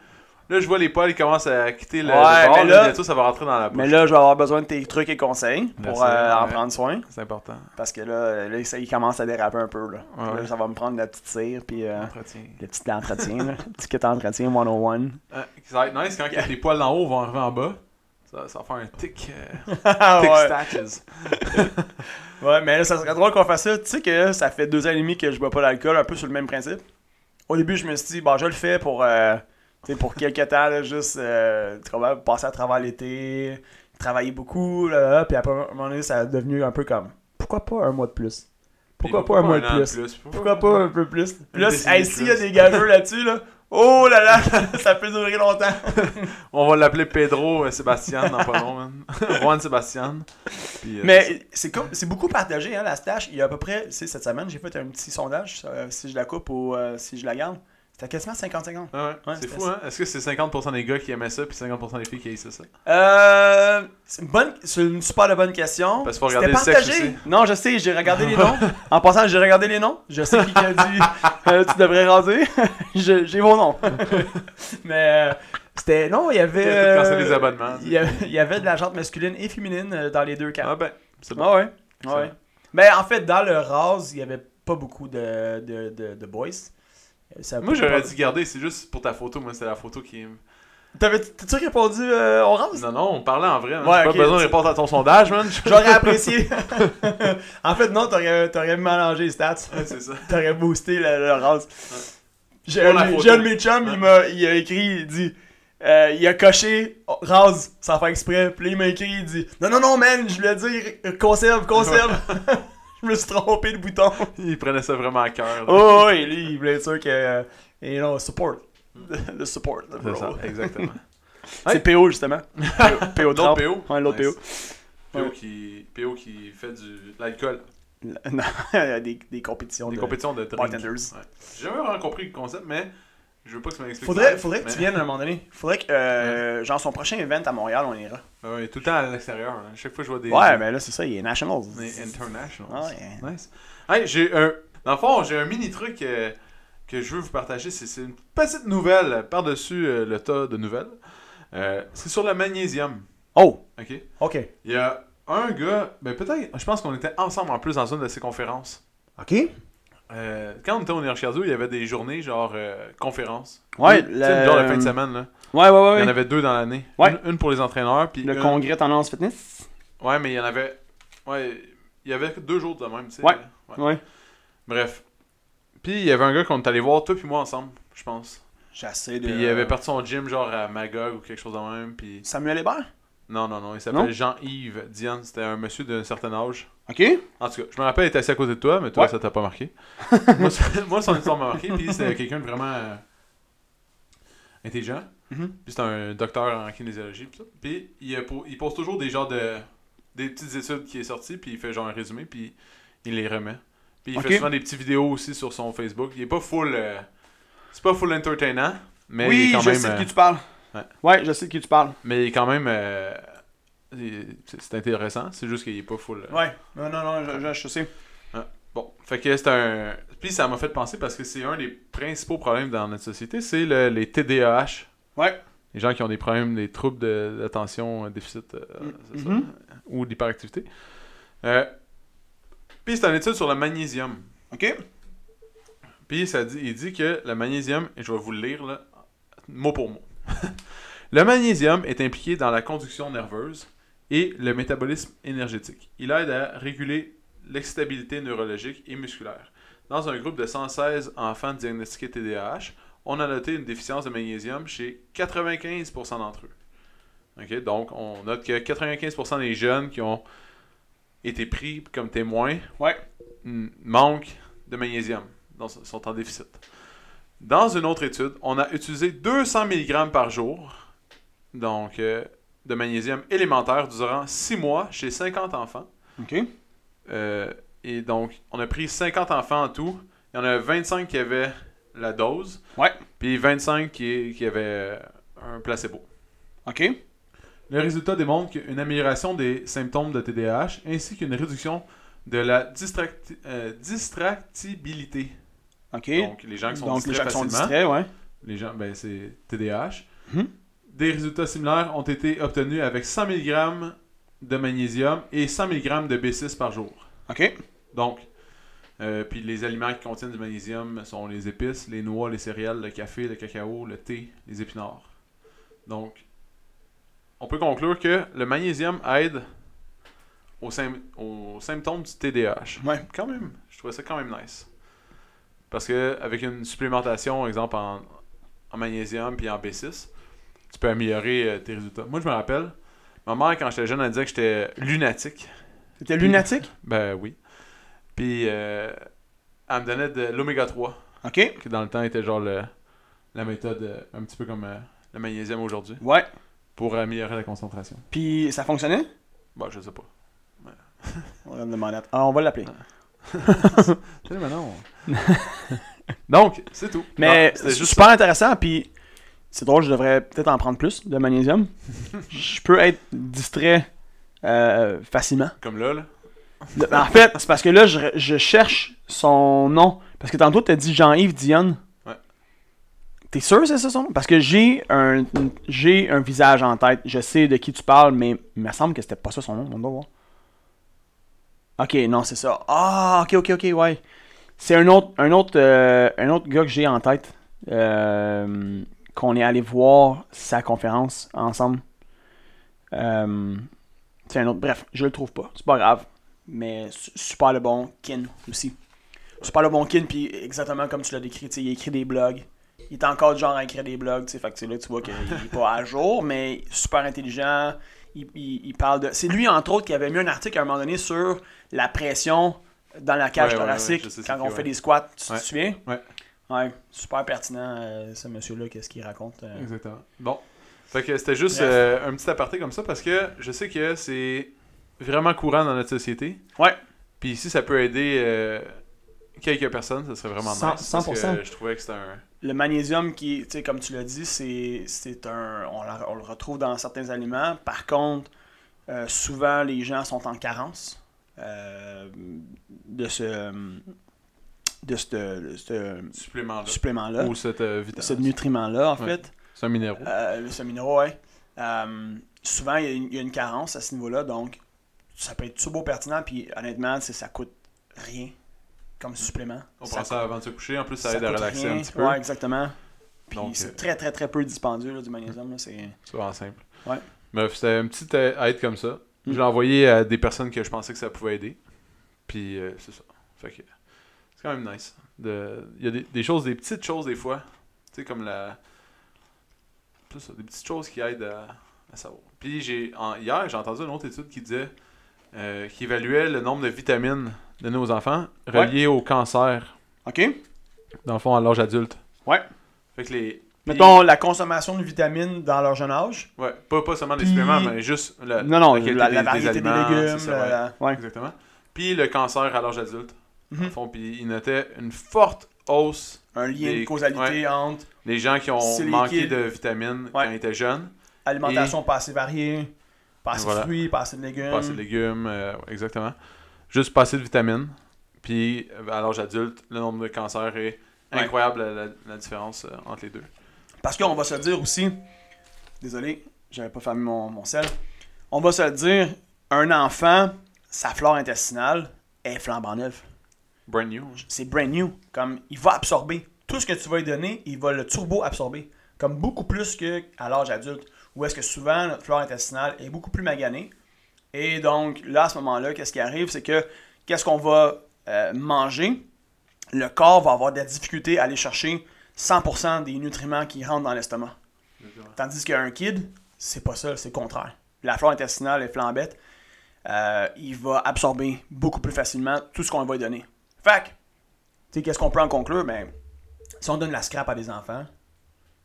[SPEAKER 1] là, je vois les poils ils commencent à quitter le, le
[SPEAKER 2] Ouais,
[SPEAKER 1] bord,
[SPEAKER 2] mais
[SPEAKER 1] là,
[SPEAKER 2] là-
[SPEAKER 1] bientôt, ça va rentrer dans la bouche.
[SPEAKER 2] Mais là, je vais avoir besoin de tes trucs et conseils
[SPEAKER 1] Merci,
[SPEAKER 2] pour euh, en
[SPEAKER 1] ouais.
[SPEAKER 2] prendre soin.
[SPEAKER 1] C'est important.
[SPEAKER 2] Parce que là, là, ça, il commence à déraper un peu. Là.
[SPEAKER 1] Ouais,
[SPEAKER 2] Là,
[SPEAKER 1] ouais.
[SPEAKER 2] ça va me prendre la petite cire, puis euh,
[SPEAKER 1] Entretien.
[SPEAKER 2] le petit entretien, là, le petit kit entretien 101.
[SPEAKER 1] Ah, ça va être nice quand les poils d'en haut vont arriver en bas. Ça, ça va faire un tic. euh,
[SPEAKER 2] Ah,
[SPEAKER 1] tic
[SPEAKER 2] ouais.
[SPEAKER 1] statches.
[SPEAKER 2] ouais, mais là, ça serait drôle qu'on fasse ça. Tu sais que ça fait deux ans et demi que je bois pas d'alcool, un peu sur le même principe. Au début, je me suis dit, bon, je le fais pour, euh, tu sais, pour quelques temps, là, juste euh, tu comprends, passer à travers l'été, travailler beaucoup, là, là, puis après, à un moment donné, ça a devenu un peu comme, pourquoi pas un mois de plus? Pourquoi pas un mois de
[SPEAKER 1] an
[SPEAKER 2] plus? Pourquoi pas un peu plus? Puis là,
[SPEAKER 1] Une décennie
[SPEAKER 2] hey,
[SPEAKER 1] de
[SPEAKER 2] s'il y a
[SPEAKER 1] plus.
[SPEAKER 2] des gageux là-dessus, là, oh là là, ça peut durer longtemps.
[SPEAKER 1] On va l'appeler Pedro euh, Sébastien dans pas long, man. Juan Sébastien. Puis, euh,
[SPEAKER 2] Mais c'est comme c'est beaucoup partagé hein, la stache. Il y a à peu près, tu sais, cette semaine, j'ai fait un petit sondage euh, si je la coupe ou euh, si je la garde. C'était quasiment
[SPEAKER 1] Ouais,
[SPEAKER 2] 50-50.
[SPEAKER 1] ouais.
[SPEAKER 2] Ouais,
[SPEAKER 1] c'est
[SPEAKER 2] c'est
[SPEAKER 1] fou, hein? Est-ce que c'est 50% des gars qui aimaient ça, puis 50% des filles qui haïssaient ça?
[SPEAKER 2] Euh, c'est une bonne c'est une super de bonne question.
[SPEAKER 1] Parce qu'il faut
[SPEAKER 2] C'était
[SPEAKER 1] regarder le sexe aussi.
[SPEAKER 2] Non, je sais, j'ai regardé les noms. En passant, j'ai regardé les noms. Je sais qui qui a dit euh, tu devrais raser. Je- j'ai mon nom. Mais euh, c'était non, il y avait
[SPEAKER 1] Il a tout cancellé
[SPEAKER 2] euh,
[SPEAKER 1] les abonnements.
[SPEAKER 2] Il y avait, il y avait de la jante masculine et féminine euh, dans les deux cas.
[SPEAKER 1] Ah ben, c'est bon.
[SPEAKER 2] Ah ouais.
[SPEAKER 1] Excellent.
[SPEAKER 2] ouais. Mais en fait, dans le Rose, il n'y avait pas beaucoup de, de, de, de boys. Euh, Ça-
[SPEAKER 1] Moi,
[SPEAKER 2] pas-
[SPEAKER 1] j'aurais dû garder, c'est juste pour ta photo. Moi, c'est la photo qui...
[SPEAKER 2] T'avais- T'as-tu répondu euh, au Rose?
[SPEAKER 1] Non, non, on parlait en vrai. man.
[SPEAKER 2] Ouais,
[SPEAKER 1] J'ai
[SPEAKER 2] ok,
[SPEAKER 1] pas besoin de
[SPEAKER 2] tu-
[SPEAKER 1] répondre à ton sondage, man. Je-
[SPEAKER 2] J'aurais apprécié. en fait, non, t'aurais t'aurais mélangé les stats.
[SPEAKER 1] Ouais, c'est ça.
[SPEAKER 2] T'aurais boosté le, le Rose. J'ai
[SPEAKER 1] Pour
[SPEAKER 2] un
[SPEAKER 1] la
[SPEAKER 2] de mes-
[SPEAKER 1] photo.
[SPEAKER 2] j'ai un de mes chums, il m'a- il a écrit, il dit. euh, il a coché oh, Rose sans faire exprès. Puis là, il m'a écrit, il dit Non, non, non, man, je voulais dire euh, conserve, conserve. je me suis trompé de bouton.
[SPEAKER 1] Il prenait ça vraiment à cœur. là.
[SPEAKER 2] Oh, et lui, il voulait être sûr que. euh, Et non, support. Le support, le
[SPEAKER 1] C'est
[SPEAKER 2] bro.
[SPEAKER 1] ça, exactement.
[SPEAKER 2] C'est PO, justement. PO,
[SPEAKER 1] L'autre
[SPEAKER 2] Trump.
[SPEAKER 1] PO.
[SPEAKER 2] Ouais, l'autre
[SPEAKER 1] Nice. PO
[SPEAKER 2] Ouais.
[SPEAKER 1] qui... PO qui fait du... de l'alcool.
[SPEAKER 2] PO. Non, il y a des, des compétitions.
[SPEAKER 1] Des
[SPEAKER 2] de-
[SPEAKER 1] compétitions de drink.
[SPEAKER 2] bartenders.
[SPEAKER 1] Ouais. J'ai jamais vraiment compris le concept, mais... Je veux pas que tu m'expliques
[SPEAKER 2] Faudrait,
[SPEAKER 1] ça,
[SPEAKER 2] faudrait que tu
[SPEAKER 1] mais-
[SPEAKER 2] viennes à un moment donné. Faudrait que, euh, genre, son prochain event à Montréal, on ira.
[SPEAKER 1] Ben ouais, tout le temps à l'extérieur. hein. Chaque fois, je vois des...
[SPEAKER 2] Ouais, mais là, c'est ça, il est national.
[SPEAKER 1] Mais international.
[SPEAKER 2] Ouais.
[SPEAKER 1] Nice. Hey, j'ai un. Dans le fond, j'ai un mini truc euh, que je veux vous partager. C'est c'est une petite nouvelle euh, par-dessus euh, le tas de nouvelles. Euh, c'est sur le magnésium.
[SPEAKER 2] Oh,
[SPEAKER 1] OK?
[SPEAKER 2] ok.
[SPEAKER 1] Il y a un gars. Ben peut-être. Je pense qu'on était ensemble en plus dans une de ses conférences.
[SPEAKER 2] Ok.
[SPEAKER 1] Euh, quand on était au Nerchazou, il y avait des journées genre euh, conférences.
[SPEAKER 2] Ouais,
[SPEAKER 1] Tu sais,
[SPEAKER 2] le-
[SPEAKER 1] une genre de fin de semaine. Là.
[SPEAKER 2] Ouais, ouais,
[SPEAKER 1] Il y
[SPEAKER 2] ouais.
[SPEAKER 1] en avait deux dans l'année.
[SPEAKER 2] Ouais.
[SPEAKER 1] Une, une pour les entraîneurs. Puis
[SPEAKER 2] Le
[SPEAKER 1] une-
[SPEAKER 2] congrès tendance fitness.
[SPEAKER 1] Ouais, mais il y en avait. Ouais, il y avait deux jours de même. tu sais.
[SPEAKER 2] Ouais.
[SPEAKER 1] Ouais.
[SPEAKER 2] Ouais.
[SPEAKER 1] Bref. Puis il y avait un gars qu'on est allé voir, toi puis moi ensemble, je pense.
[SPEAKER 2] J'essaie de.
[SPEAKER 1] Puis il avait parti son gym genre à Magog ou quelque chose de même. Puis
[SPEAKER 2] Samuel Hébert.
[SPEAKER 1] non, non, non, il
[SPEAKER 2] Non?
[SPEAKER 1] s'appelle Jean-Yves Diane. C'était un monsieur d'un certain âge.
[SPEAKER 2] Ok.
[SPEAKER 1] En tout cas, je me rappelle, il était assis à côté de toi, mais toi,
[SPEAKER 2] Ouais.
[SPEAKER 1] ça t'a pas marqué. moi, ça- moi, son histoire m'a marqué. Puis c'était quelqu'un de vraiment euh, intelligent.
[SPEAKER 2] Mhm.
[SPEAKER 1] Puis c'est un docteur en kinésiologie. Puis, ça. Puis il, a po- il pose toujours des genres de. des petites études qui est sorties, puis il fait genre un résumé, puis il les remet. Puis il
[SPEAKER 2] Ok.
[SPEAKER 1] fait souvent des petites vidéos aussi sur son Facebook. Il est pas full. euh, c'est pas full entertainant, mais il
[SPEAKER 2] Oui,
[SPEAKER 1] est quand
[SPEAKER 2] je
[SPEAKER 1] même.
[SPEAKER 2] sais de
[SPEAKER 1] euh,
[SPEAKER 2] qui tu parles.
[SPEAKER 1] ouais.
[SPEAKER 2] Ouais, je sais de qui tu parles.
[SPEAKER 1] mais il est quand même. euh, il- c'est c'est intéressant. C'est juste qu'il est pas full. euh,
[SPEAKER 2] Ouais, non, non, non, je, je- je sais.
[SPEAKER 1] Bon, fait que c'est un. Puis ça m'a fait penser parce que c'est un des principaux problèmes dans notre société, c'est le- les TDAH.
[SPEAKER 2] Ouais.
[SPEAKER 1] Les gens qui ont des problèmes, des troubles de- d'attention, euh, déficit, euh,
[SPEAKER 2] Mm-
[SPEAKER 1] c'est ça,
[SPEAKER 2] mhm.
[SPEAKER 1] ou d'hyperactivité. Euh, Puis c'est une étude sur le magnésium.
[SPEAKER 2] Ok.
[SPEAKER 1] Puis ça dit, il dit que le magnésium, et je vais vous le lire là, mot pour mot. le magnésium est impliqué dans la conduction nerveuse et le métabolisme énergétique. Il aide à réguler l'excitabilité neurologique et musculaire. Dans un groupe de 116 enfants diagnostiqués TDAH, on a noté une déficience de magnésium chez 95% d'entre eux. Ok, donc, on note que 95% des jeunes qui ont été pris comme témoins
[SPEAKER 2] Ouais.
[SPEAKER 1] mm, manquent de magnésium, dans- sont en déficit. Dans une autre étude, on a utilisé 200 mg par jour donc, euh, de magnésium élémentaire durant 6 mois chez 50 enfants.
[SPEAKER 2] Ok.
[SPEAKER 1] Euh, et donc, on a pris 50 enfants en tout. Il y en a 25 qui avaient la dose.
[SPEAKER 2] Ouais.
[SPEAKER 1] Puis 25 qui, qui avaient euh, un placebo.
[SPEAKER 2] Ok.
[SPEAKER 1] Le résultat démontre qu'une amélioration des symptômes de TDAH ainsi qu'une réduction de la distracti- euh, distractibilité.
[SPEAKER 2] Ok.
[SPEAKER 1] Donc, les gens qui sont
[SPEAKER 2] Donc, les
[SPEAKER 1] distraits
[SPEAKER 2] gens qui sont
[SPEAKER 1] facilement.
[SPEAKER 2] distraits, ouais.
[SPEAKER 1] les gens, ben, c'est TDAH.
[SPEAKER 2] Mhm.
[SPEAKER 1] Des résultats similaires ont été obtenus avec 100 mg de magnésium et 100 mg de B6 par jour.
[SPEAKER 2] Ok.
[SPEAKER 1] Donc, euh, puis les aliments qui contiennent du magnésium sont les épices, les noix, les céréales, le café, le cacao, le thé, les épinards. Donc, on peut conclure que le magnésium aide aux, sym- aux symptômes du TDAH.
[SPEAKER 2] Ouais.
[SPEAKER 1] Quand même, je trouvais ça quand même nice. Parce que avec une supplémentation, exemple en, en magnésium puis en B6, tu peux améliorer euh, tes résultats. Moi, je me rappelle, ma mère, quand j'étais jeune, elle disait que j'étais lunatique.
[SPEAKER 2] C'était lunatique.
[SPEAKER 1] Ben oui. Puis euh, elle me donnait de l'oméga 3,
[SPEAKER 2] Ok.
[SPEAKER 1] qui dans le temps était genre le- la méthode euh, un petit peu comme euh, le magnésium aujourd'hui,
[SPEAKER 2] Ouais.
[SPEAKER 1] pour améliorer la concentration.
[SPEAKER 2] Puis ça fonctionnait?
[SPEAKER 1] Bah, je sais pas.
[SPEAKER 2] On va le demander. à- Ah, on va l'appeler.
[SPEAKER 1] Donc, c'est tout.
[SPEAKER 2] Mais
[SPEAKER 1] Non,
[SPEAKER 2] c'est
[SPEAKER 1] c'était juste
[SPEAKER 2] super intéressant, puis c'est drôle, je devrais peut-être en prendre plus de magnésium. je peux être distrait euh, facilement.
[SPEAKER 1] comme là, là.
[SPEAKER 2] Le- en fait, c'est parce que là, je, je cherche son nom. Parce que tantôt, t'as dit Jean-Yves Dionne.
[SPEAKER 1] Ouais.
[SPEAKER 2] T'es sûr c'est ça son nom? Parce que j'ai un, j'ai un visage en tête. Je sais de qui tu parles, mais il me semble que c'était pas ça son nom. On doit voir. Ok, non, c'est ça. Ah, ok, ok, ok, ouais. C'est un autre, un, autre, euh, un autre gars que j'ai en tête. euh, qu'on est allé voir sa conférence ensemble. Euh, c'est un autre. Bref, je le trouve pas. C'est pas grave. Mais su- super le bon kin aussi. Super le bon kin, puis exactement comme tu l'as décrit, tu sais, il écrit des blogs. Il est encore du genre à écrire des blogs, tu sais, fait que c'est là que tu vois qu'il est pas à jour, mais super intelligent. Il, il- il parle de. C'est lui, entre autres, qui avait mis un article à un moment donné sur la pression dans la cage
[SPEAKER 1] Ouais, ouais, ouais,
[SPEAKER 2] thoracique
[SPEAKER 1] je sais c'est
[SPEAKER 2] quand
[SPEAKER 1] qui,
[SPEAKER 2] on
[SPEAKER 1] ouais.
[SPEAKER 2] fait des squats. Tu
[SPEAKER 1] Ouais.
[SPEAKER 2] te souviens?
[SPEAKER 1] Ouais.
[SPEAKER 2] Ouais, super pertinent, euh, ce monsieur-là, qu'est-ce qu'il raconte. euh.
[SPEAKER 1] Exactement. Bon. Fait que c'était juste
[SPEAKER 2] Bref.
[SPEAKER 1] euh, un petit aparté comme ça parce que je sais que c'est vraiment courant dans notre société.
[SPEAKER 2] Ouais.
[SPEAKER 1] Puis si ça peut aider euh, quelques personnes, ça serait vraiment
[SPEAKER 2] Cent-
[SPEAKER 1] nice. Parce
[SPEAKER 2] 100%.
[SPEAKER 1] que je trouvais que c'était un.
[SPEAKER 2] Le magnésium, qui, tu sais, comme tu l'as dit, c'est c'est un, on, la- on le retrouve dans certains aliments. Par contre, euh, souvent, les gens sont en carence euh, de ce, de ce, de ce
[SPEAKER 1] supplément là.
[SPEAKER 2] supplément-là,
[SPEAKER 1] Ou cette euh,
[SPEAKER 2] de
[SPEAKER 1] vitamine.
[SPEAKER 2] ce nutriment-là, en
[SPEAKER 1] Ouais.
[SPEAKER 2] fait.
[SPEAKER 1] C'est un minéraux.
[SPEAKER 2] Euh, ce minéraux, ouais. Euh, souvent, il y, a une- il y a une carence à ce niveau-là, donc ça peut être turbo pertinent, puis honnêtement, c'est- ça coûte rien comme supplément.
[SPEAKER 1] On prend ça avant de se coucher. En plus, ça, aide à
[SPEAKER 2] coûte
[SPEAKER 1] relaxer
[SPEAKER 2] rien.
[SPEAKER 1] un petit peu.
[SPEAKER 2] Ouais, exactement. Puis
[SPEAKER 1] Donc,
[SPEAKER 2] c'est
[SPEAKER 1] euh,
[SPEAKER 2] très, très, très peu dispendieux, là, du magnésium, là, c'est...
[SPEAKER 1] C'est vraiment simple.
[SPEAKER 2] Ouais.
[SPEAKER 1] Bref, c'était une petite euh, aide comme ça.
[SPEAKER 2] Mm.
[SPEAKER 1] Je l'ai envoyé à des personnes que je pensais que ça pouvait aider. Puis euh, c'est ça. Fait que c'est quand même nice. hein, De... Il y a des, des choses, des petites choses des fois. Tu sais, comme la. C'est ça, des petites choses qui aident à, à savoir. Puis j'ai en- hier, j'ai entendu une autre étude qui disait. euh, qui évaluait le nombre de vitamines de nos enfants reliées au cancer,
[SPEAKER 2] OK?
[SPEAKER 1] dans le fond, à l'âge adulte.
[SPEAKER 2] Ouais.
[SPEAKER 1] Fait que les.
[SPEAKER 2] Mettons, la consommation de vitamines dans leur jeune âge.
[SPEAKER 1] Ouais, pas, pas seulement des
[SPEAKER 2] Puis-
[SPEAKER 1] suppléments, mais juste la,
[SPEAKER 2] non, non,
[SPEAKER 1] la
[SPEAKER 2] la,
[SPEAKER 1] qualité
[SPEAKER 2] la
[SPEAKER 1] des- des
[SPEAKER 2] variété des,
[SPEAKER 1] aliments,
[SPEAKER 2] légumes,
[SPEAKER 1] c'est ça,
[SPEAKER 2] la- la- ouais.
[SPEAKER 1] Exactement. Puis le cancer à l'âge adulte.
[SPEAKER 2] Mhm.
[SPEAKER 1] Au fond, puis il notait une forte hausse
[SPEAKER 2] Un lien
[SPEAKER 1] Des-
[SPEAKER 2] de causalité
[SPEAKER 1] ouais.
[SPEAKER 2] entre
[SPEAKER 1] des gens qui ont
[SPEAKER 2] C'est les
[SPEAKER 1] manqué
[SPEAKER 2] kids.
[SPEAKER 1] de vitamines quand ils étaient jeunes.
[SPEAKER 2] alimentation pas assez variée, Pas assez
[SPEAKER 1] Voilà.
[SPEAKER 2] de fruits, pas assez de légumes.
[SPEAKER 1] Pas assez de légumes, euh, ouais, exactement. Juste passer de vitamines. Puis euh, à l'âge adulte, le nombre de cancers est
[SPEAKER 2] Ouais.
[SPEAKER 1] incroyable la, la- la différence euh, entre les deux.
[SPEAKER 2] Parce qu'on va se le dire aussi, désolé, j'avais pas fermé mon, mon sel. On va se le dire, un enfant, sa flore intestinale est flambant neuve.
[SPEAKER 1] Brand new. hein,
[SPEAKER 2] C'est brand new. Comme il va absorber tout ce que tu vas lui donner, il va le turbo absorber. Comme beaucoup plus qu'à l'âge adulte, où est-ce que souvent notre flore intestinale est beaucoup plus maganée. Et donc là, à ce moment-là, qu'est-ce qui arrive, c'est que qu'est-ce qu'on va euh, manger, le corps va avoir de la difficulté à aller chercher 100% des nutriments qui rentrent dans l'estomac. Tandis qu'un kid, c'est pas ça, c'est le contraire. La flore intestinale est flambette. Euh, il va absorber beaucoup plus facilement tout ce qu'on va lui donner. Fait que, tu sais, qu'est-ce qu'on peut en conclure? Ben, si on donne la scrap à des enfants,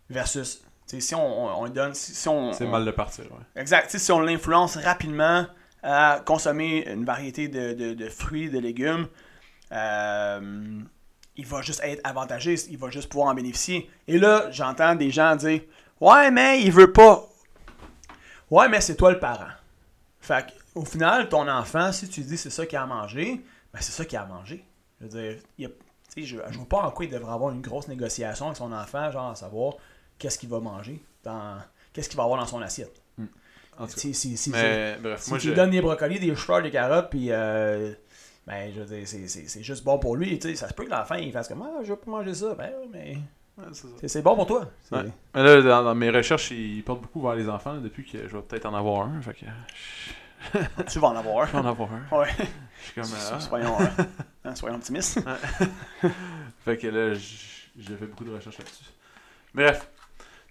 [SPEAKER 2] versus, tu sais, si on, on, on donne, si, si on...
[SPEAKER 1] C'est
[SPEAKER 2] on-
[SPEAKER 1] mal de partir, ouais.
[SPEAKER 2] Exact. Tu sais, Si on l'influence rapidement à consommer une variété de, de- de fruits, de légumes, euh, il va juste être avantagé, il va juste pouvoir en bénéficier. Et là, j'entends des gens dire Ouais, mais il veut pas. Ouais, mais c'est toi le parent. Fait que, au final, ton enfant, si tu dis c'est ça qu'il a à manger, ben c'est ça qu'il a à manger. Je veux dire, il y a- tu sais, je, je vois pas en quoi il devrait avoir une grosse négociation avec son enfant, genre à savoir qu'est-ce qu'il va manger, dans, qu'est-ce qu'il va avoir dans son assiette.
[SPEAKER 1] Hmm. En tout cas.
[SPEAKER 2] Si, si, si,
[SPEAKER 1] Mais bref,
[SPEAKER 2] si
[SPEAKER 1] moi
[SPEAKER 2] tu
[SPEAKER 1] je.
[SPEAKER 2] lui donnes des brocolis, des choux, des carottes, puis euh, ben, je veux dire, c'est- c'est c'est juste bon pour lui. Tu sais, ça se peut que l'enfant il fasse comme Ah, je veux pas manger ça. Ben oui, mais
[SPEAKER 1] Ouais, c'est ça.
[SPEAKER 2] c'est- c'est bon pour toi. C'est-
[SPEAKER 1] Ouais. Mais là, dans, dans mes recherches, ils portent beaucoup vers les enfants là, depuis que je vais peut-être en avoir un. Fait que je
[SPEAKER 2] Tu vas en avoir
[SPEAKER 1] peux en avoir un.
[SPEAKER 2] un. Ouais.
[SPEAKER 1] Je suis comme. euh, ah.
[SPEAKER 2] Soyons, euh, hein, soyons optimistes.
[SPEAKER 1] Fait que là, j- j'ai fait beaucoup de recherches là-dessus. Bref,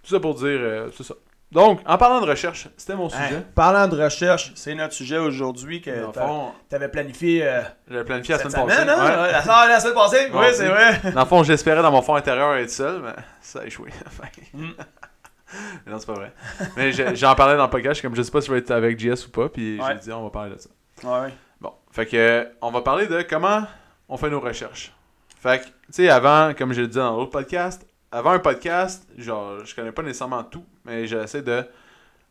[SPEAKER 1] tout ça pour dire, euh, c'est ça. Donc, en parlant de recherche, c'était mon
[SPEAKER 2] Hein,
[SPEAKER 1] sujet.
[SPEAKER 2] parlant de recherche, c'est notre sujet aujourd'hui
[SPEAKER 1] Dans
[SPEAKER 2] que
[SPEAKER 1] le
[SPEAKER 2] t'a-
[SPEAKER 1] fond,
[SPEAKER 2] t'avais planifié euh,
[SPEAKER 1] je l'ai planifié la
[SPEAKER 2] cette
[SPEAKER 1] semaine
[SPEAKER 2] semaine.
[SPEAKER 1] passée.
[SPEAKER 2] hein?
[SPEAKER 1] Ouais.
[SPEAKER 2] La, semaine- la semaine passée,
[SPEAKER 1] Ouais,
[SPEAKER 2] oui, c'est vrai.
[SPEAKER 1] Dans le fond, j'espérais dans mon fond intérieur être seul, mais ça a échoué. Fait que-
[SPEAKER 2] Mm.
[SPEAKER 1] non, c'est pas vrai. Mais je- j'en parlais dans le podcast, comme je sais pas si je vais être avec JS ou pas, puis
[SPEAKER 2] Ouais.
[SPEAKER 1] j'ai dit on va parler de ça.
[SPEAKER 2] Ouais, ouais.
[SPEAKER 1] Bon, fait que euh, on va parler de comment on fait nos recherches. Fait que, tu sais, avant, comme je le disais dans l'autre podcast, avant un podcast, genre, je connais pas nécessairement tout, mais j'essaie de.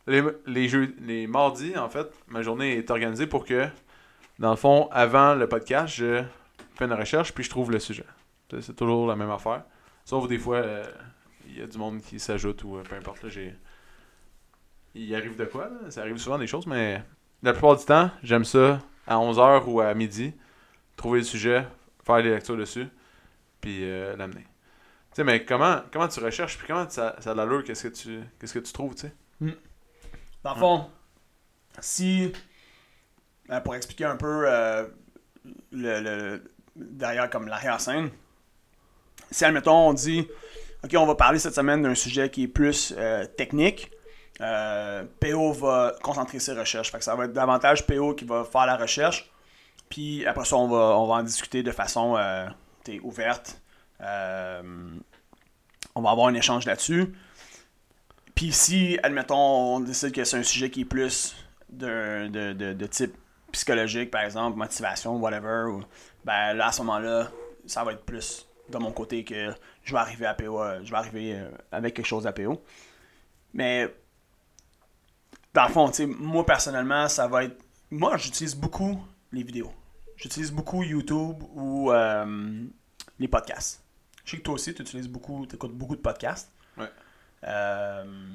[SPEAKER 1] Les, les, jeux, les mardis, en fait, ma journée est organisée pour que, dans le fond, avant le podcast, je fais une recherche puis je trouve le sujet. C'est c'est toujours la même affaire. Sauf des fois, euh, il y a du monde qui s'ajoute ou euh, peu importe. là, j'ai- Il arrive de quoi, là? Ça arrive souvent des choses, mais la plupart du temps, j'aime ça à 11h ou à midi, trouver le sujet, faire les lectures dessus, puis euh, l'amener. Tu sais, mais comment, comment tu recherches, puis comment ça, ça a de l'allure, qu'est-ce que tu, qu'est-ce que tu trouves, tu sais?
[SPEAKER 2] Dans le fond, si. euh, pour expliquer un peu euh, le, le- derrière comme l'arrière-scène, si admettons on dit OK, on va parler cette semaine d'un sujet qui est plus euh, technique. euh, PO va concentrer ses recherches. Fait que ça va être davantage PO qui va faire la recherche. Puis après ça, on va, on va en discuter de façon euh, t'sais, ouverte. Euh, on va avoir un échange là-dessus. Puis si, admettons, on décide que c'est un sujet qui est plus de, de, de- de type psychologique, par exemple, motivation, whatever, ou- ben là, à ce moment-là, ça va être plus de mon côté que je vais arriver à PO, euh, je vais arriver euh, avec quelque chose à PO. Mais, dans le fond, tu sais, moi, personnellement, ça va être... Moi, j'utilise beaucoup les vidéos. J'utilise beaucoup YouTube ou euh, les podcasts. Je sais que toi aussi, tu utilises beaucoup, tu écoutes beaucoup de podcasts.
[SPEAKER 1] Ouais.
[SPEAKER 2] Euh,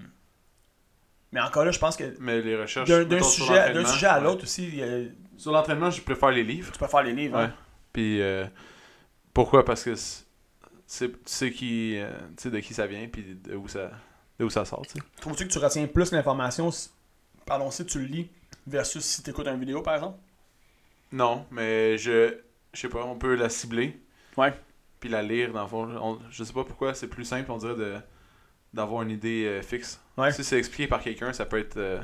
[SPEAKER 2] mais encore là, je pense que
[SPEAKER 1] Mais les recherches,
[SPEAKER 2] d'un d'un
[SPEAKER 1] mettons, sur
[SPEAKER 2] sujet, à- d'un
[SPEAKER 1] l'entraînement,
[SPEAKER 2] sujet à
[SPEAKER 1] ouais.
[SPEAKER 2] l'autre aussi, il y a- tu
[SPEAKER 1] Sur l'entraînement, je préfère les livres.
[SPEAKER 2] peux faire les livres. hein.
[SPEAKER 1] Ouais. Puis euh, pourquoi? Parce que c'est- c'est- tu sais qui, euh, tu sais de qui ça vient, puis de où ça, de où ça sort, tu sais.
[SPEAKER 2] Trouves-tu que tu retiens plus l'information si, pardon, si tu le lis versus si tu écoutes une vidéo, par exemple?
[SPEAKER 1] Non, mais je, je sais pas, on peut la cibler.
[SPEAKER 2] Ouais.
[SPEAKER 1] Puis la lire, dans le fond. On- je sais pas pourquoi, c'est plus simple, on dirait, de d'avoir une idée euh, fixe.
[SPEAKER 2] Ouais.
[SPEAKER 1] Si c'est expliqué par quelqu'un, ça peut être... euh,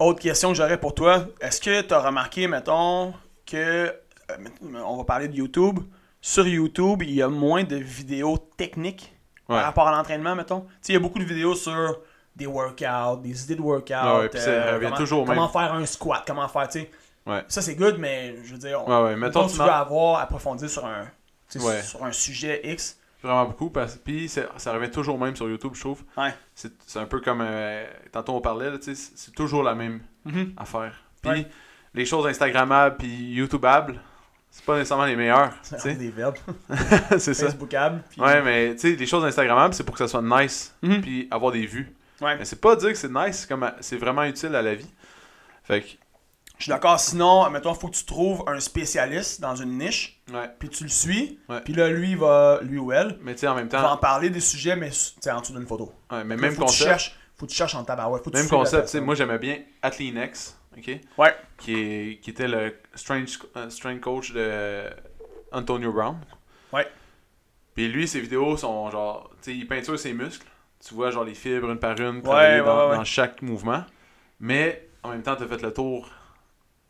[SPEAKER 2] Autre question que j'aurais pour toi, est-ce que tu as remarqué, mettons, que, euh, on va parler de YouTube, sur YouTube, il y a moins de vidéos techniques
[SPEAKER 1] Ouais.
[SPEAKER 2] par rapport à l'entraînement, mettons? Tu sais, il y a beaucoup de vidéos sur des workouts, des idées de workouts, euh,
[SPEAKER 1] Ouais, ouais, puis ça revient
[SPEAKER 2] comment,
[SPEAKER 1] toujours au
[SPEAKER 2] comment
[SPEAKER 1] même.
[SPEAKER 2] faire un squat, comment faire, tu sais.
[SPEAKER 1] Ouais.
[SPEAKER 2] Ça, c'est good, mais je veux dire, on-
[SPEAKER 1] Ouais, ouais. Mettons,
[SPEAKER 2] mettons,
[SPEAKER 1] tu
[SPEAKER 2] tu
[SPEAKER 1] m'en-
[SPEAKER 2] veux avoir approfondi sur un, tu sais,
[SPEAKER 1] Ouais.
[SPEAKER 2] sur un sujet X,
[SPEAKER 1] Vraiment beaucoup. Parce... Puis ça, ça revient toujours au même sur YouTube, je trouve.
[SPEAKER 2] Ouais.
[SPEAKER 1] C'est c'est un peu comme... euh, tantôt, on parlait, là, tu sais, c'est c'est toujours la même
[SPEAKER 2] Mhm.
[SPEAKER 1] à faire. Puis
[SPEAKER 2] Ouais.
[SPEAKER 1] les choses Instagrammables puis YouTubeables, c'est pas nécessairement les meilleures. tu sais.
[SPEAKER 2] Des verbes.
[SPEAKER 1] c'est ça.
[SPEAKER 2] Facebookable. puis-
[SPEAKER 1] Ouais, mais tu sais, les choses Instagrammables, c'est pour que ça soit nice
[SPEAKER 2] Mhm.
[SPEAKER 1] puis avoir des vues.
[SPEAKER 2] Ouais.
[SPEAKER 1] Mais c'est pas dire que c'est nice, c'est comme à- c'est vraiment utile à la vie. Fait que,
[SPEAKER 2] Je suis d'accord. Sinon, mettons, faut que tu trouves un spécialiste dans une niche,
[SPEAKER 1] ouais.
[SPEAKER 2] puis tu le suis,
[SPEAKER 1] Ouais.
[SPEAKER 2] puis là, lui, il va, lui ou elle,
[SPEAKER 1] Mais tu sais, en même
[SPEAKER 2] va en
[SPEAKER 1] temps,
[SPEAKER 2] parler des sujets, mais tu sais, en dessous d'une photo.
[SPEAKER 1] ouais, mais même
[SPEAKER 2] faut que tu
[SPEAKER 1] concept.
[SPEAKER 2] cherches, faut que tu cherches en tabarouette. Faut que tu
[SPEAKER 1] Même
[SPEAKER 2] suives la
[SPEAKER 1] concept, tu sais,
[SPEAKER 2] personne.
[SPEAKER 1] moi j'aimais bien Atlinex, ok?
[SPEAKER 2] Ouais.
[SPEAKER 1] Qui, est- qui était le strange, euh, strength coach de Antonio Brown.
[SPEAKER 2] Ouais.
[SPEAKER 1] Puis lui, ses vidéos sont genre, tu sais, il peinture ses muscles. Tu vois genre les fibres une par une
[SPEAKER 2] ouais,
[SPEAKER 1] travailler dans,
[SPEAKER 2] ouais, ouais.
[SPEAKER 1] dans chaque mouvement. Mais en même temps, t'as fait le tour.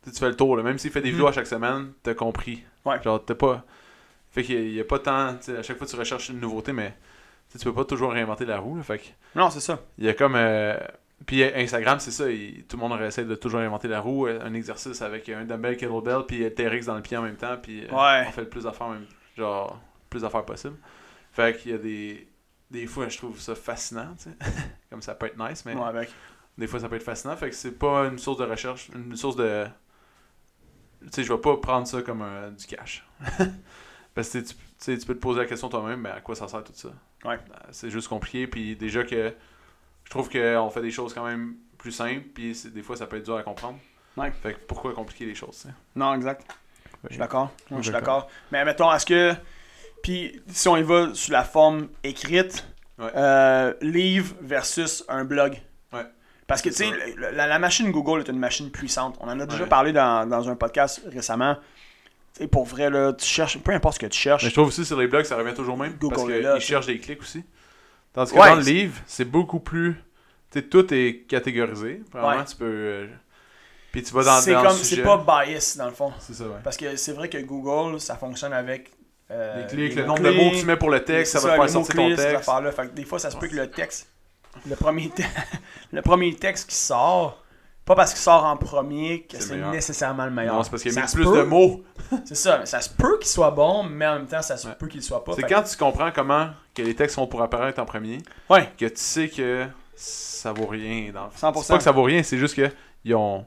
[SPEAKER 1] Tu sais, tu fais le tour, là. même s'il fait des
[SPEAKER 2] Mhm.
[SPEAKER 1] vidéos à chaque semaine, t'as compris.
[SPEAKER 2] Ouais.
[SPEAKER 1] Genre, t'as pas. Fait qu'il y a- il y a pas tant. tu sais, À chaque fois, tu recherches une nouveauté, mais tu sais, tu peux pas toujours réinventer la roue. là. fait que
[SPEAKER 2] Non, c'est ça.
[SPEAKER 1] il y a comme. euh, Puis euh, Instagram, c'est ça. il- Tout le monde essaie de toujours inventer la roue. euh, Un exercice avec un dumbbell, kettlebell, puis euh, TRX dans le pied en même temps. Puis euh,
[SPEAKER 2] Ouais.
[SPEAKER 1] on fait le plus d'affaires, en même- genre, plus d'affaires possible. Fait qu'il y a des. Des fois, je trouve ça fascinant, tu sais. comme ça peut être nice, mais
[SPEAKER 2] Ouais, avec.
[SPEAKER 1] des fois, ça peut être fascinant. Fait que c'est pas une source de recherche, une source de. Tu sais, je vais pas prendre ça comme euh, du cash. Parce que tu sais, tu- tu sais, tu peux te poser la question toi-même, mais à quoi ça sert tout ça
[SPEAKER 2] Ouais.
[SPEAKER 1] Euh, C'est juste compliqué, puis déjà que je trouve qu'on fait des choses quand même plus simples, puis c'est- des fois ça peut être dur à comprendre.
[SPEAKER 2] Ouais.
[SPEAKER 1] Fait que pourquoi compliquer les choses, tu sais?
[SPEAKER 2] Non, exact. Je suis d'accord. Moi, Je suis
[SPEAKER 1] D'accord.
[SPEAKER 2] d'accord. Mais mettons, est-ce que. Puis, si on y va sur la forme écrite,
[SPEAKER 1] Ouais.
[SPEAKER 2] euh, livre versus un blog.
[SPEAKER 1] Ouais.
[SPEAKER 2] Parce que, tu
[SPEAKER 1] C'est
[SPEAKER 2] sais, le- la, la machine Google est une machine puissante. On en a déjà
[SPEAKER 1] Ouais.
[SPEAKER 2] parlé dans, dans un podcast récemment. Tu sais, pour vrai, là, tu cherches, peu importe ce que tu cherches.
[SPEAKER 1] Mais je trouve aussi sur les blogs, ça revient toujours au même,
[SPEAKER 2] Google
[SPEAKER 1] parce
[SPEAKER 2] est là,
[SPEAKER 1] qu'ils
[SPEAKER 2] tu sais.
[SPEAKER 1] cherchent des clics aussi. Tandis que
[SPEAKER 2] Ouais,
[SPEAKER 1] dans le
[SPEAKER 2] c'est-
[SPEAKER 1] livre, c'est beaucoup plus... Tu sais, tout est catégorisé, vraiment,
[SPEAKER 2] Ouais.
[SPEAKER 1] tu peux... euh, Puis tu vas dans,
[SPEAKER 2] c'est
[SPEAKER 1] dans
[SPEAKER 2] comme,
[SPEAKER 1] le
[SPEAKER 2] c'est
[SPEAKER 1] sujet.
[SPEAKER 2] pas bias, dans le fond.
[SPEAKER 1] C'est ça, ouais.
[SPEAKER 2] Parce que c'est vrai que Google, ça fonctionne avec. euh,
[SPEAKER 1] Les clics,
[SPEAKER 2] les
[SPEAKER 1] le nombre de mots que
[SPEAKER 2] mots-clés,
[SPEAKER 1] tu mets pour le texte, ça
[SPEAKER 2] C'est
[SPEAKER 1] va te
[SPEAKER 2] les
[SPEAKER 1] faire sortir ton
[SPEAKER 2] mots-clés, ces
[SPEAKER 1] texte.
[SPEAKER 2] affaires-là. Fait que des fois, ça se peut que le texte, le premier, te- le premier texte qui sort, pas parce qu'il sort en premier que
[SPEAKER 1] C'est le
[SPEAKER 2] c'est
[SPEAKER 1] meilleur.
[SPEAKER 2] nécessairement le meilleur.
[SPEAKER 1] Non, c'est parce qu'il y a
[SPEAKER 2] Ça
[SPEAKER 1] mis
[SPEAKER 2] se
[SPEAKER 1] plus
[SPEAKER 2] peut.
[SPEAKER 1] de mots.
[SPEAKER 2] C'est ça, mais ça se peut qu'il soit bon, mais en même temps, ça se
[SPEAKER 1] Ouais.
[SPEAKER 2] peut qu'il soit pas.
[SPEAKER 1] C'est
[SPEAKER 2] Fait
[SPEAKER 1] quand tu comprends comment que les textes sont pour apparaître en premier,
[SPEAKER 2] que- Ouais,
[SPEAKER 1] que tu sais que ça vaut rien. Dans... le fond.
[SPEAKER 2] 100%.
[SPEAKER 1] C'est pas que ça vaut rien, c'est juste que ils ont,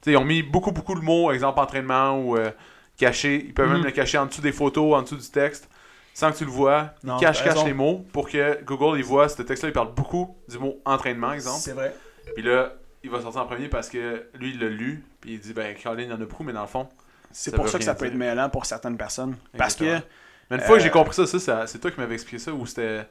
[SPEAKER 1] tu sais, ils ont mis beaucoup, beaucoup de mots, exemple entraînement ou euh, caché. Ils peuvent
[SPEAKER 2] Mhm.
[SPEAKER 1] même le cacher en dessous des photos, en dessous du texte, sans que tu le vois. Ils
[SPEAKER 2] Non,
[SPEAKER 1] cachent,
[SPEAKER 2] t'as
[SPEAKER 1] cachent
[SPEAKER 2] raison.
[SPEAKER 1] les mots pour que Google, il voit ce texte-là, il parle beaucoup du mot entraînement, exemple.
[SPEAKER 2] c'est vrai.
[SPEAKER 1] Puis là, il va sortir en premier parce que lui, il l'a lu. Puis il dit, ben, Caroline, il y en a beaucoup, mais dans le fond.
[SPEAKER 2] C'est
[SPEAKER 1] Ça
[SPEAKER 2] pour
[SPEAKER 1] veut
[SPEAKER 2] ça que
[SPEAKER 1] rien
[SPEAKER 2] ça peut être
[SPEAKER 1] dire.
[SPEAKER 2] mêlant pour certaines personnes. Parce que,
[SPEAKER 1] Exactement. Mais une fois
[SPEAKER 2] Euh,
[SPEAKER 1] que j'ai compris ça, ça, ça- c'est toi qui m'avais expliqué ça, ou c'était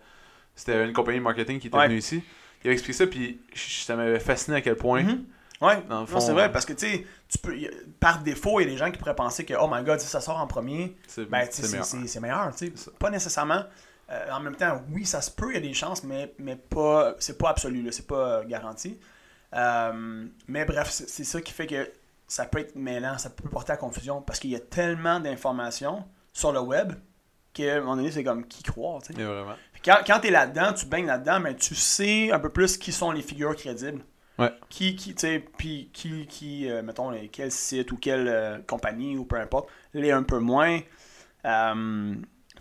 [SPEAKER 1] c'était une compagnie de marketing qui était
[SPEAKER 2] Ouais.
[SPEAKER 1] venue ici, qui avait expliqué ça, puis je- ça m'avait fasciné à quel point.
[SPEAKER 2] Mhm. ouais,
[SPEAKER 1] Dans le
[SPEAKER 2] non,
[SPEAKER 1] fond,
[SPEAKER 2] c'est vrai,
[SPEAKER 1] euh,
[SPEAKER 2] parce que, tu sais, tu peux, y- par défaut, il y a des gens qui pourraient penser que, oh my god, si ça sort en premier,
[SPEAKER 1] c'est
[SPEAKER 2] Ben, tu sais,
[SPEAKER 1] c'est
[SPEAKER 2] c'est
[SPEAKER 1] meilleur.
[SPEAKER 2] c'est- c'est meilleur, tu
[SPEAKER 1] C'est
[SPEAKER 2] sais.
[SPEAKER 1] ça.
[SPEAKER 2] Pas nécessairement. Euh, en même temps, oui, ça se peut, il y a des chances, mais, mais pas, c'est pas absolu, là, c'est pas euh, garanti. Euh, mais bref, c'est c'est ça qui fait que ça peut être mêlant, ça peut porter à confusion, parce qu'il y a tellement d'informations sur le web qu'à un moment donné, c'est comme qui croire, tu sais.
[SPEAKER 1] Mais vraiment.
[SPEAKER 2] Puis Quand, quand tu es là-dedans, tu baignes là-dedans, mais tu sais un peu plus qui sont les figures crédibles.
[SPEAKER 1] Ouais.
[SPEAKER 2] Qui, qui, tu sais, puis qui, qui euh, mettons, les- quel site ou quelle euh, compagnie ou peu importe, l'est un peu moins. Euh,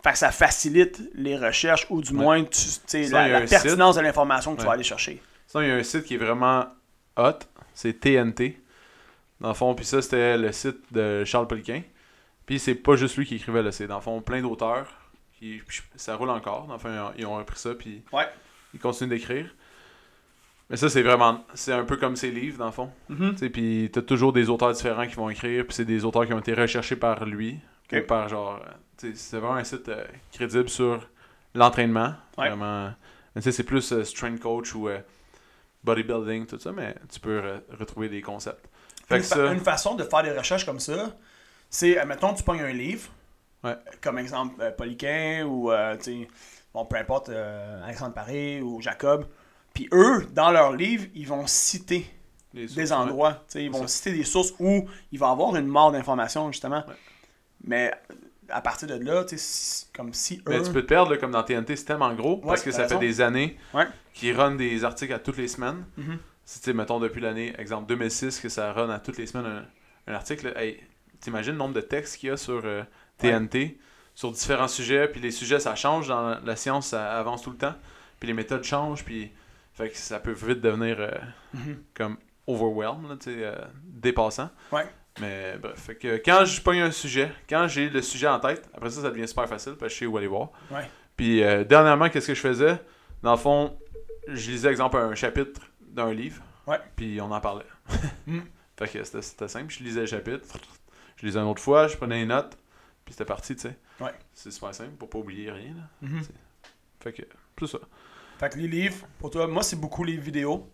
[SPEAKER 2] fait que ça facilite les recherches ou du
[SPEAKER 1] Ouais.
[SPEAKER 2] moins tu, tu sais,
[SPEAKER 1] Sinon,
[SPEAKER 2] la,
[SPEAKER 1] il y a
[SPEAKER 2] la
[SPEAKER 1] un site.
[SPEAKER 2] pertinence de l'information que tu
[SPEAKER 1] Ouais.
[SPEAKER 2] vas aller chercher.
[SPEAKER 1] Sinon, il y a un site qui est vraiment hot, c'est TNT. Dans le fond, puis ça, c'était le site de Charles Poliquin. Puis c'est pas juste lui qui écrivait là, c'est dans le fond plein d'auteurs. Qui, puis ça roule encore. Dans le fond, ils ont- ils ont repris ça, puis
[SPEAKER 2] Ouais.
[SPEAKER 1] ils continuent d'écrire. Mais ça, c'est vraiment. C'est un peu comme ses livres, dans le fond. Tu sais, Puis t'as toujours des auteurs différents qui vont écrire, puis c'est des auteurs qui ont été recherchés par lui,
[SPEAKER 2] Ok.
[SPEAKER 1] ou par genre. euh, tu sais, C'est vraiment un site euh, crédible sur l'entraînement.
[SPEAKER 2] Ouais.
[SPEAKER 1] Vraiment. Mais tu sais, c'est plus euh, strength coach ou euh, bodybuilding, tout ça, mais tu peux re- retrouver des concepts. Fait
[SPEAKER 2] une,
[SPEAKER 1] que
[SPEAKER 2] fa-
[SPEAKER 1] ça.
[SPEAKER 2] une façon de faire des recherches comme ça, c'est, euh, mettons, tu pognes un livre,
[SPEAKER 1] Ouais.
[SPEAKER 2] euh, comme exemple euh, Poliquin ou, euh, tu sais, bon, peu importe, euh, Alexandre Paré ou Jacob. Puis eux, dans leur livre, ils vont citer
[SPEAKER 1] les- ouais.
[SPEAKER 2] des endroits. tu sais, Ils
[SPEAKER 1] C'est
[SPEAKER 2] vont
[SPEAKER 1] ça.
[SPEAKER 2] citer des sources où il va avoir une mort d'informations, justement.
[SPEAKER 1] Ouais.
[SPEAKER 2] Mais à partir de là, tu sais, si- comme si
[SPEAKER 1] Mais
[SPEAKER 2] eux...
[SPEAKER 1] Ben, tu peux te perdre, là, comme dans TNT, c'est tellement gros, parce que
[SPEAKER 2] Ouais, t'as
[SPEAKER 1] ça
[SPEAKER 2] raison.
[SPEAKER 1] fait des années
[SPEAKER 2] Ouais.
[SPEAKER 1] qu'ils run des articles à toutes les semaines.
[SPEAKER 2] Mhm.
[SPEAKER 1] Si, tu sais, mettons, depuis l'année, exemple 2006, que ça run à toutes les semaines un, un article, hey, t'imagines le nombre de textes qu'il y a sur euh, TNT, sur différents sujets, puis les sujets, ça change dans la, la science, ça avance tout le temps, puis les méthodes changent, puis fait que ça peut vite devenir euh,
[SPEAKER 2] Mhm.
[SPEAKER 1] comme overwhelm, là, tu sais, euh, dépassant.
[SPEAKER 2] Ouais.
[SPEAKER 1] Mais bref, fait que quand je pogne un sujet, quand j'ai le sujet en tête, après ça, ça devient super facile parce que je sais où aller voir.
[SPEAKER 2] Ouais.
[SPEAKER 1] Puis euh, dernièrement, qu'est-ce que je faisais Dans le fond, je lisais, exemple, un chapitre d'un livre.
[SPEAKER 2] Ouais.
[SPEAKER 1] Puis on en parlait.
[SPEAKER 2] Mm.
[SPEAKER 1] Fait que c'était c'était simple. Je lisais le chapitre, je lisais une autre fois, je prenais les notes, puis c'était parti, tu sais.
[SPEAKER 2] Ouais.
[SPEAKER 1] C'est super simple pour pas oublier rien. là.
[SPEAKER 2] Mhm.
[SPEAKER 1] Fait que, c'est ça.
[SPEAKER 2] Fait que les livres, pour toi, moi, c'est beaucoup les vidéos.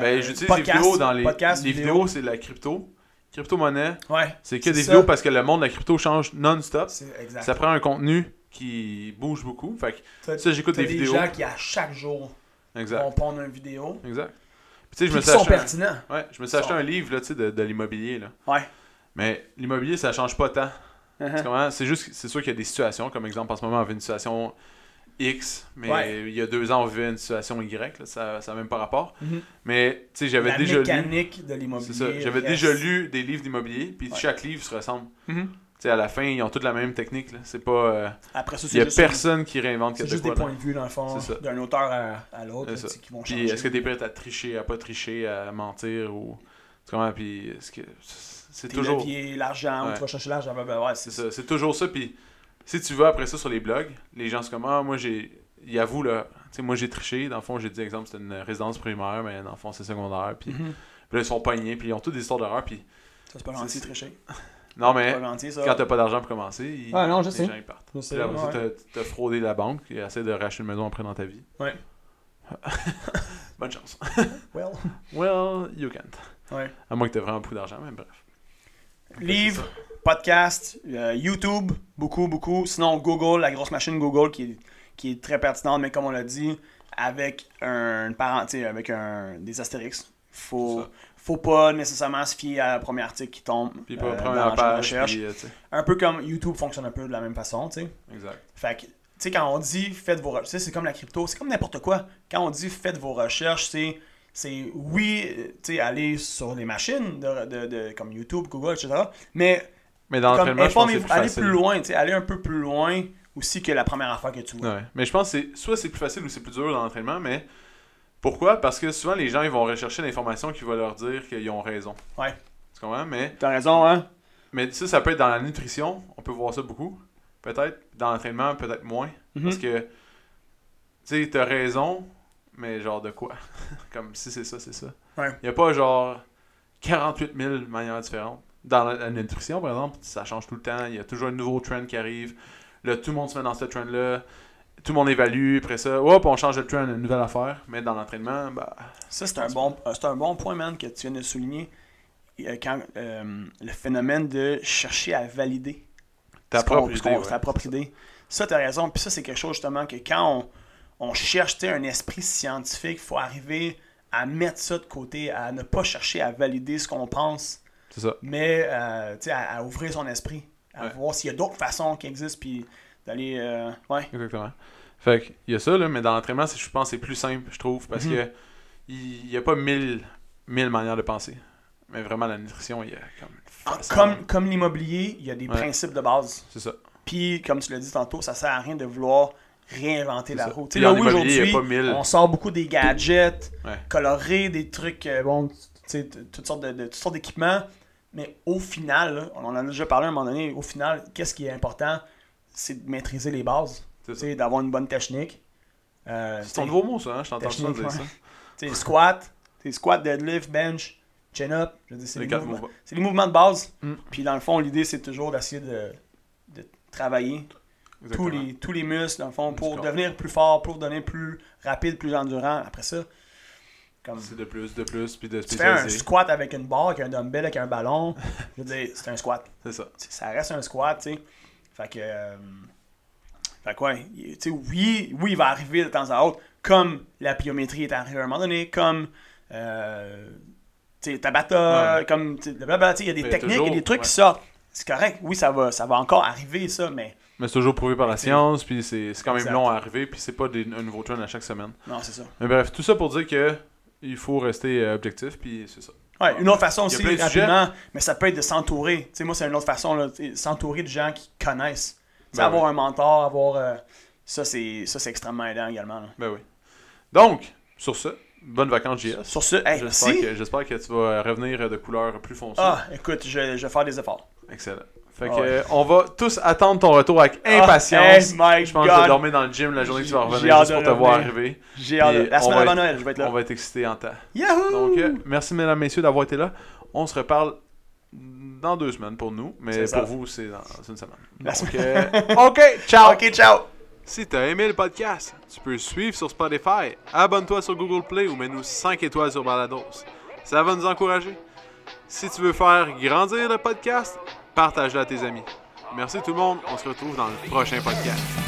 [SPEAKER 1] Ouais. Ben, j'utilise les
[SPEAKER 2] podcasts,
[SPEAKER 1] vidéos dans les.
[SPEAKER 2] podcasts,
[SPEAKER 1] les vidéos, c'est la crypto. Crypto-monnaie,
[SPEAKER 2] Ouais,
[SPEAKER 1] c'est que
[SPEAKER 2] C'est
[SPEAKER 1] des
[SPEAKER 2] ça.
[SPEAKER 1] vidéos parce que le monde de la crypto change non-stop.
[SPEAKER 2] c'est exact.
[SPEAKER 1] Ça prend un contenu qui bouge beaucoup. Fait que
[SPEAKER 2] T'as-
[SPEAKER 1] ça, j'écoute
[SPEAKER 2] T'as
[SPEAKER 1] des
[SPEAKER 2] des
[SPEAKER 1] vidéos.
[SPEAKER 2] gens qui, à chaque jour,
[SPEAKER 1] Exact.
[SPEAKER 2] vont prendre une vidéo.
[SPEAKER 1] Exact. Puis, tu sais, je
[SPEAKER 2] Puis
[SPEAKER 1] me
[SPEAKER 2] qui
[SPEAKER 1] suis
[SPEAKER 2] sont
[SPEAKER 1] acheté. un-
[SPEAKER 2] pertinents.
[SPEAKER 1] Ouais, je me suis acheté un livre là, tu sais, de, de l'immobilier. là.
[SPEAKER 2] Ouais.
[SPEAKER 1] Mais l'immobilier, ça change pas tant. Tu
[SPEAKER 2] Uh-huh.
[SPEAKER 1] comprends? C'est juste, que- c'est sûr qu'il y a des situations, comme exemple, en ce moment, on avait une situation X, mais
[SPEAKER 2] Ouais.
[SPEAKER 1] il y a deux ans, on vivait une situation Y, là, ça n'a même pas rapport.
[SPEAKER 2] Mhm.
[SPEAKER 1] Mais, tu sais, j'avais
[SPEAKER 2] La
[SPEAKER 1] déjà lu.
[SPEAKER 2] mécanique de
[SPEAKER 1] C'est
[SPEAKER 2] l'immobilier.
[SPEAKER 1] ça. J'avais
[SPEAKER 2] reste-
[SPEAKER 1] déjà lu des livres d'immobilier, puis
[SPEAKER 2] Ouais.
[SPEAKER 1] chaque livre se ressemble.
[SPEAKER 2] Mhm.
[SPEAKER 1] Tu sais, à la fin, ils ont toutes la même technique. là. C'est pas. euh,
[SPEAKER 2] Après ça,
[SPEAKER 1] Il y
[SPEAKER 2] c'est
[SPEAKER 1] a
[SPEAKER 2] juste,
[SPEAKER 1] personne qui réinvente
[SPEAKER 2] c'est
[SPEAKER 1] quelque
[SPEAKER 2] juste
[SPEAKER 1] chose.
[SPEAKER 2] des points de vue, dans le fond,
[SPEAKER 1] C'est ça.
[SPEAKER 2] d'un auteur à, à l'autre,
[SPEAKER 1] C'est
[SPEAKER 2] là,
[SPEAKER 1] ça.
[SPEAKER 2] tu sais, qui vont changer.
[SPEAKER 1] Puis est-ce que t'es prêt à tricher, à pas tricher, à mentir ou. Tu comprends? Puis est-ce que. C'est
[SPEAKER 2] Tes
[SPEAKER 1] toujours.
[SPEAKER 2] leviers, l'argent, où
[SPEAKER 1] Ouais.
[SPEAKER 2] tu vas chercher l'argent, ben, ben, ouais,
[SPEAKER 1] C'est
[SPEAKER 2] c'est
[SPEAKER 1] ça, c'est toujours ça. Puis si tu vas après ça sur les blogs, les gens sont comme Ah, moi j'ai. Ils avouent là. Tu sais, moi j'ai triché. Dans le fond, j'ai dit exemple, c'était une résidence primaire, mais dans le fond, c'est secondaire. Puis,
[SPEAKER 2] Mhm.
[SPEAKER 1] puis là, ils sont pognés, puis ils ont toutes des histoires d'horreur. Puis
[SPEAKER 2] Ça, c'est pas
[SPEAKER 1] C'est-
[SPEAKER 2] gentil,
[SPEAKER 1] c'est-
[SPEAKER 2] tricher.
[SPEAKER 1] non,
[SPEAKER 2] C'est
[SPEAKER 1] mais
[SPEAKER 2] pas gentil, ça.
[SPEAKER 1] quand t'as pas d'argent pour commencer, ils-
[SPEAKER 2] Ah, non, je
[SPEAKER 1] les
[SPEAKER 2] sais.
[SPEAKER 1] gens ils partent.
[SPEAKER 2] Je
[SPEAKER 1] Puis
[SPEAKER 2] sais,
[SPEAKER 1] là, après ça,
[SPEAKER 2] ouais.
[SPEAKER 1] t'as- t'as fraudé la banque et essaie de racheter une maison après dans ta vie.
[SPEAKER 2] Ouais.
[SPEAKER 1] Bonne chance.
[SPEAKER 2] Well.
[SPEAKER 1] Well, you can't.
[SPEAKER 2] Ouais.
[SPEAKER 1] À moins que t'aies vraiment beaucoup d'argent, mais bref.
[SPEAKER 2] Livres, podcasts, euh, YouTube, beaucoup, beaucoup. Sinon, Google, la grosse machine Google qui est, qui est très pertinente, mais comme on l'a dit, avec un une parent- tu sais, avec un, des astérix. Faut,
[SPEAKER 1] C'est ça.
[SPEAKER 2] faut pas nécessairement se fier à la première article qui tombe
[SPEAKER 1] Puis
[SPEAKER 2] euh,
[SPEAKER 1] pas
[SPEAKER 2] dans
[SPEAKER 1] prendre
[SPEAKER 2] la
[SPEAKER 1] la
[SPEAKER 2] recherche.
[SPEAKER 1] page. Puis, euh, tu sais,
[SPEAKER 2] Un peu comme YouTube fonctionne un peu de la même façon, tu sais.
[SPEAKER 1] exact.
[SPEAKER 2] Fait que, tu sais, quand on dit faites vos recherches, tu sais, c'est comme la crypto, c'est comme n'importe quoi. Quand on dit faites vos recherches, c'est, c'est oui, euh, tu sais, aller sur les machines de, de- de- comme YouTube, Google, etc. Mais
[SPEAKER 1] Mais dans
[SPEAKER 2] comme
[SPEAKER 1] l'entraînement, je pense que c'est
[SPEAKER 2] informez-vous,
[SPEAKER 1] plus
[SPEAKER 2] allez
[SPEAKER 1] facile.
[SPEAKER 2] plus loin, tu sais, allez un peu plus loin aussi que la première affaire que tu vois.
[SPEAKER 1] Ouais. Mais je pense que c'est- soit c'est plus facile ou c'est plus dur dans l'entraînement, mais pourquoi? Parce que souvent les gens ils vont rechercher l'information qui va leur dire qu'ils ont raison.
[SPEAKER 2] Ouais.
[SPEAKER 1] Tu comprends? Mais,
[SPEAKER 2] T'as raison, hein?
[SPEAKER 1] mais ça, ça peut être dans la nutrition, on peut voir ça beaucoup. Peut-être. Dans l'entraînement, peut-être moins. Parce que tu sais, t'as raison, mais genre de quoi? Comme si c'est ça, c'est ça. Il
[SPEAKER 2] Ouais.
[SPEAKER 1] n'y a pas genre 48 000 manières différentes. Dans la, la nutrition, par exemple, ça change tout le temps. Il y a toujours un nouveau trend qui arrive. Là, tout le monde se met dans ce trend-là. Tout le monde évalue. Après ça, hop, on change de trend, une nouvelle affaire. Mais dans l'entraînement, bah,
[SPEAKER 2] Ça, c'est un, bon, euh, c'est un bon point, man, que tu viens de souligner. Euh, Quand, euh, le phénomène de chercher à valider.
[SPEAKER 1] ta
[SPEAKER 2] Ce qu'on-
[SPEAKER 1] propre
[SPEAKER 2] ce
[SPEAKER 1] idée.
[SPEAKER 2] qu'on-
[SPEAKER 1] ouais.
[SPEAKER 2] Ta propre idée. Ça, t'as raison. Puis ça, c'est quelque chose justement que quand on, on cherche tu sais, un esprit scientifique, faut arriver à mettre ça de côté, à ne pas chercher à valider ce qu'on pense,
[SPEAKER 1] C'est ça.
[SPEAKER 2] mais euh, tu sais, à, à ouvrir son esprit, à
[SPEAKER 1] Ouais.
[SPEAKER 2] voir s'il y a d'autres façons qui existent, puis d'aller. euh, ouais.
[SPEAKER 1] Exactement. Fait que, il y a ça, là, mais dans l'entraînement, c'est- je pense que c'est plus simple, je trouve, parce
[SPEAKER 2] Mhm.
[SPEAKER 1] que il n'y a pas mille, mille manières de penser. Mais vraiment, la nutrition, il y a comme une
[SPEAKER 2] En-
[SPEAKER 1] façon-
[SPEAKER 2] Ah, Comme, Ben, comme l'immobilier, il y a des
[SPEAKER 1] Ouais.
[SPEAKER 2] principes de base.
[SPEAKER 1] C'est ça.
[SPEAKER 2] Puis, comme tu l'as dit tantôt, ça sert à rien de vouloir réinventer la
[SPEAKER 1] ça.
[SPEAKER 2] roue. Tu sais,
[SPEAKER 1] Puis
[SPEAKER 2] là,
[SPEAKER 1] en
[SPEAKER 2] oui,
[SPEAKER 1] immobilier, il
[SPEAKER 2] aujourd'hui,
[SPEAKER 1] n'y a pas mille.
[SPEAKER 2] On sort beaucoup des gadgets,
[SPEAKER 1] Ouais.
[SPEAKER 2] colorés, des trucs, euh, bon, tu sais, t- toutes sortes de, de- toutes sortes d'équipements. Mais au final, là, on en a déjà parlé à un moment donné, au final, qu'est-ce qui est important, c'est de maîtriser les bases,
[SPEAKER 1] C'est
[SPEAKER 2] tu
[SPEAKER 1] ça.
[SPEAKER 2] sais, d'avoir une bonne technique. Euh,
[SPEAKER 1] C'est ton
[SPEAKER 2] tu
[SPEAKER 1] nouveau mot, ça, hein? Je t'entends souvent dire
[SPEAKER 2] Technique,
[SPEAKER 1] ça.
[SPEAKER 2] sais, tu sais, squat, tu sais, squat, deadlift, bench, chin-up, je veux dire, c'est
[SPEAKER 1] Les
[SPEAKER 2] les,
[SPEAKER 1] quatre
[SPEAKER 2] mouvements-
[SPEAKER 1] mouvements.
[SPEAKER 2] c'est les mouvements de base.
[SPEAKER 1] Mm.
[SPEAKER 2] Puis dans le fond, l'idée, c'est toujours d'essayer de, de travailler tous
[SPEAKER 1] Exactement.
[SPEAKER 2] les, tous les muscles, dans le fond,
[SPEAKER 1] Du
[SPEAKER 2] pour
[SPEAKER 1] corps.
[SPEAKER 2] devenir plus fort, pour devenir plus rapide, plus endurant. Après ça, comme
[SPEAKER 1] C'est de plus, de plus, puis de
[SPEAKER 2] tu fais un
[SPEAKER 1] spécialiser.
[SPEAKER 2] squat avec une barre, avec un dumbbell, avec un ballon, je veux dire, c'est un squat.
[SPEAKER 1] C'est ça.
[SPEAKER 2] Tu sais, Ça reste un squat, tu sais. Fait que. euh, fait que, ouais, il- tu sais, oui, oui, il va arriver de temps à autre, comme la pliométrie est arrivée à un moment donné, comme. euh, tu sais, Tabata,
[SPEAKER 1] Ouais.
[SPEAKER 2] comme. tu sais, blablabla, tu sais, Il y a des
[SPEAKER 1] Mais
[SPEAKER 2] techniques
[SPEAKER 1] toujours,
[SPEAKER 2] et des trucs
[SPEAKER 1] ouais.
[SPEAKER 2] qui sortent. C'est correct, oui, ça va, ça va encore arriver, ça, mais.
[SPEAKER 1] Mais c'est toujours prouvé par la
[SPEAKER 2] C'est-
[SPEAKER 1] science, puis c'est c'est quand même
[SPEAKER 2] Exact.
[SPEAKER 1] long à arriver, puis c'est pas des- un nouveau trend à chaque semaine.
[SPEAKER 2] Non, c'est ça.
[SPEAKER 1] Mais bref, tout ça pour dire que il faut rester euh, objectif, puis c'est ça.
[SPEAKER 2] Ouais, une autre façon
[SPEAKER 1] Il y a
[SPEAKER 2] aussi,
[SPEAKER 1] plein de
[SPEAKER 2] rapidement, mais ça peut être de s'entourer. Tu sais, moi, c'est une autre façon, là, tu sais, s'entourer de gens qui connaissent. Tu sais,
[SPEAKER 1] Ben
[SPEAKER 2] avoir un mentor, avoir. euh, ça, c'est ça, c'est extrêmement aidant également. là.
[SPEAKER 1] Ben oui. Donc, sur ce, Bonnes vacances, JS.
[SPEAKER 2] Sur ce, hey,
[SPEAKER 1] J'espère
[SPEAKER 2] si-
[SPEAKER 1] que, j'espère que tu vas revenir de couleur plus foncée.
[SPEAKER 2] Ah, écoute, je, je vais faire des efforts.
[SPEAKER 1] Excellent. Fait
[SPEAKER 2] Ah
[SPEAKER 1] que,
[SPEAKER 2] ouais.
[SPEAKER 1] euh, on va tous attendre ton retour avec
[SPEAKER 2] Ah,
[SPEAKER 1] impatience.
[SPEAKER 2] hey, my
[SPEAKER 1] je pense que je
[SPEAKER 2] God.
[SPEAKER 1] vais dormir dans le gym la journée que tu vas
[SPEAKER 2] J'ai
[SPEAKER 1] revenir juste
[SPEAKER 2] hâte
[SPEAKER 1] pour
[SPEAKER 2] de
[SPEAKER 1] te voir
[SPEAKER 2] revenir.
[SPEAKER 1] arriver.
[SPEAKER 2] J'ai hâte de-
[SPEAKER 1] Et
[SPEAKER 2] La
[SPEAKER 1] on
[SPEAKER 2] semaine
[SPEAKER 1] va
[SPEAKER 2] avant
[SPEAKER 1] être-
[SPEAKER 2] Noël, je vais être là.
[SPEAKER 1] On va être excité en temps.
[SPEAKER 2] Yahoo!
[SPEAKER 1] Donc, euh, merci mesdames, messieurs d'avoir été là. On se reparle dans deux semaines pour nous, mais
[SPEAKER 2] C'est ça.
[SPEAKER 1] pour vous, c'est dans c'est une semaine.
[SPEAKER 2] La
[SPEAKER 1] Donc,
[SPEAKER 2] semaine-
[SPEAKER 1] euh, OK, ciao!
[SPEAKER 2] ok, ciao!
[SPEAKER 1] Si t'as aimé le podcast, tu peux le suivre sur Spotify, abonne-toi sur Google Play ou mets-nous 5 étoiles sur Balados. Ça va nous encourager. Si tu veux faire grandir le podcast, partage-le à tes amis. Merci tout le monde, on se retrouve dans le prochain podcast.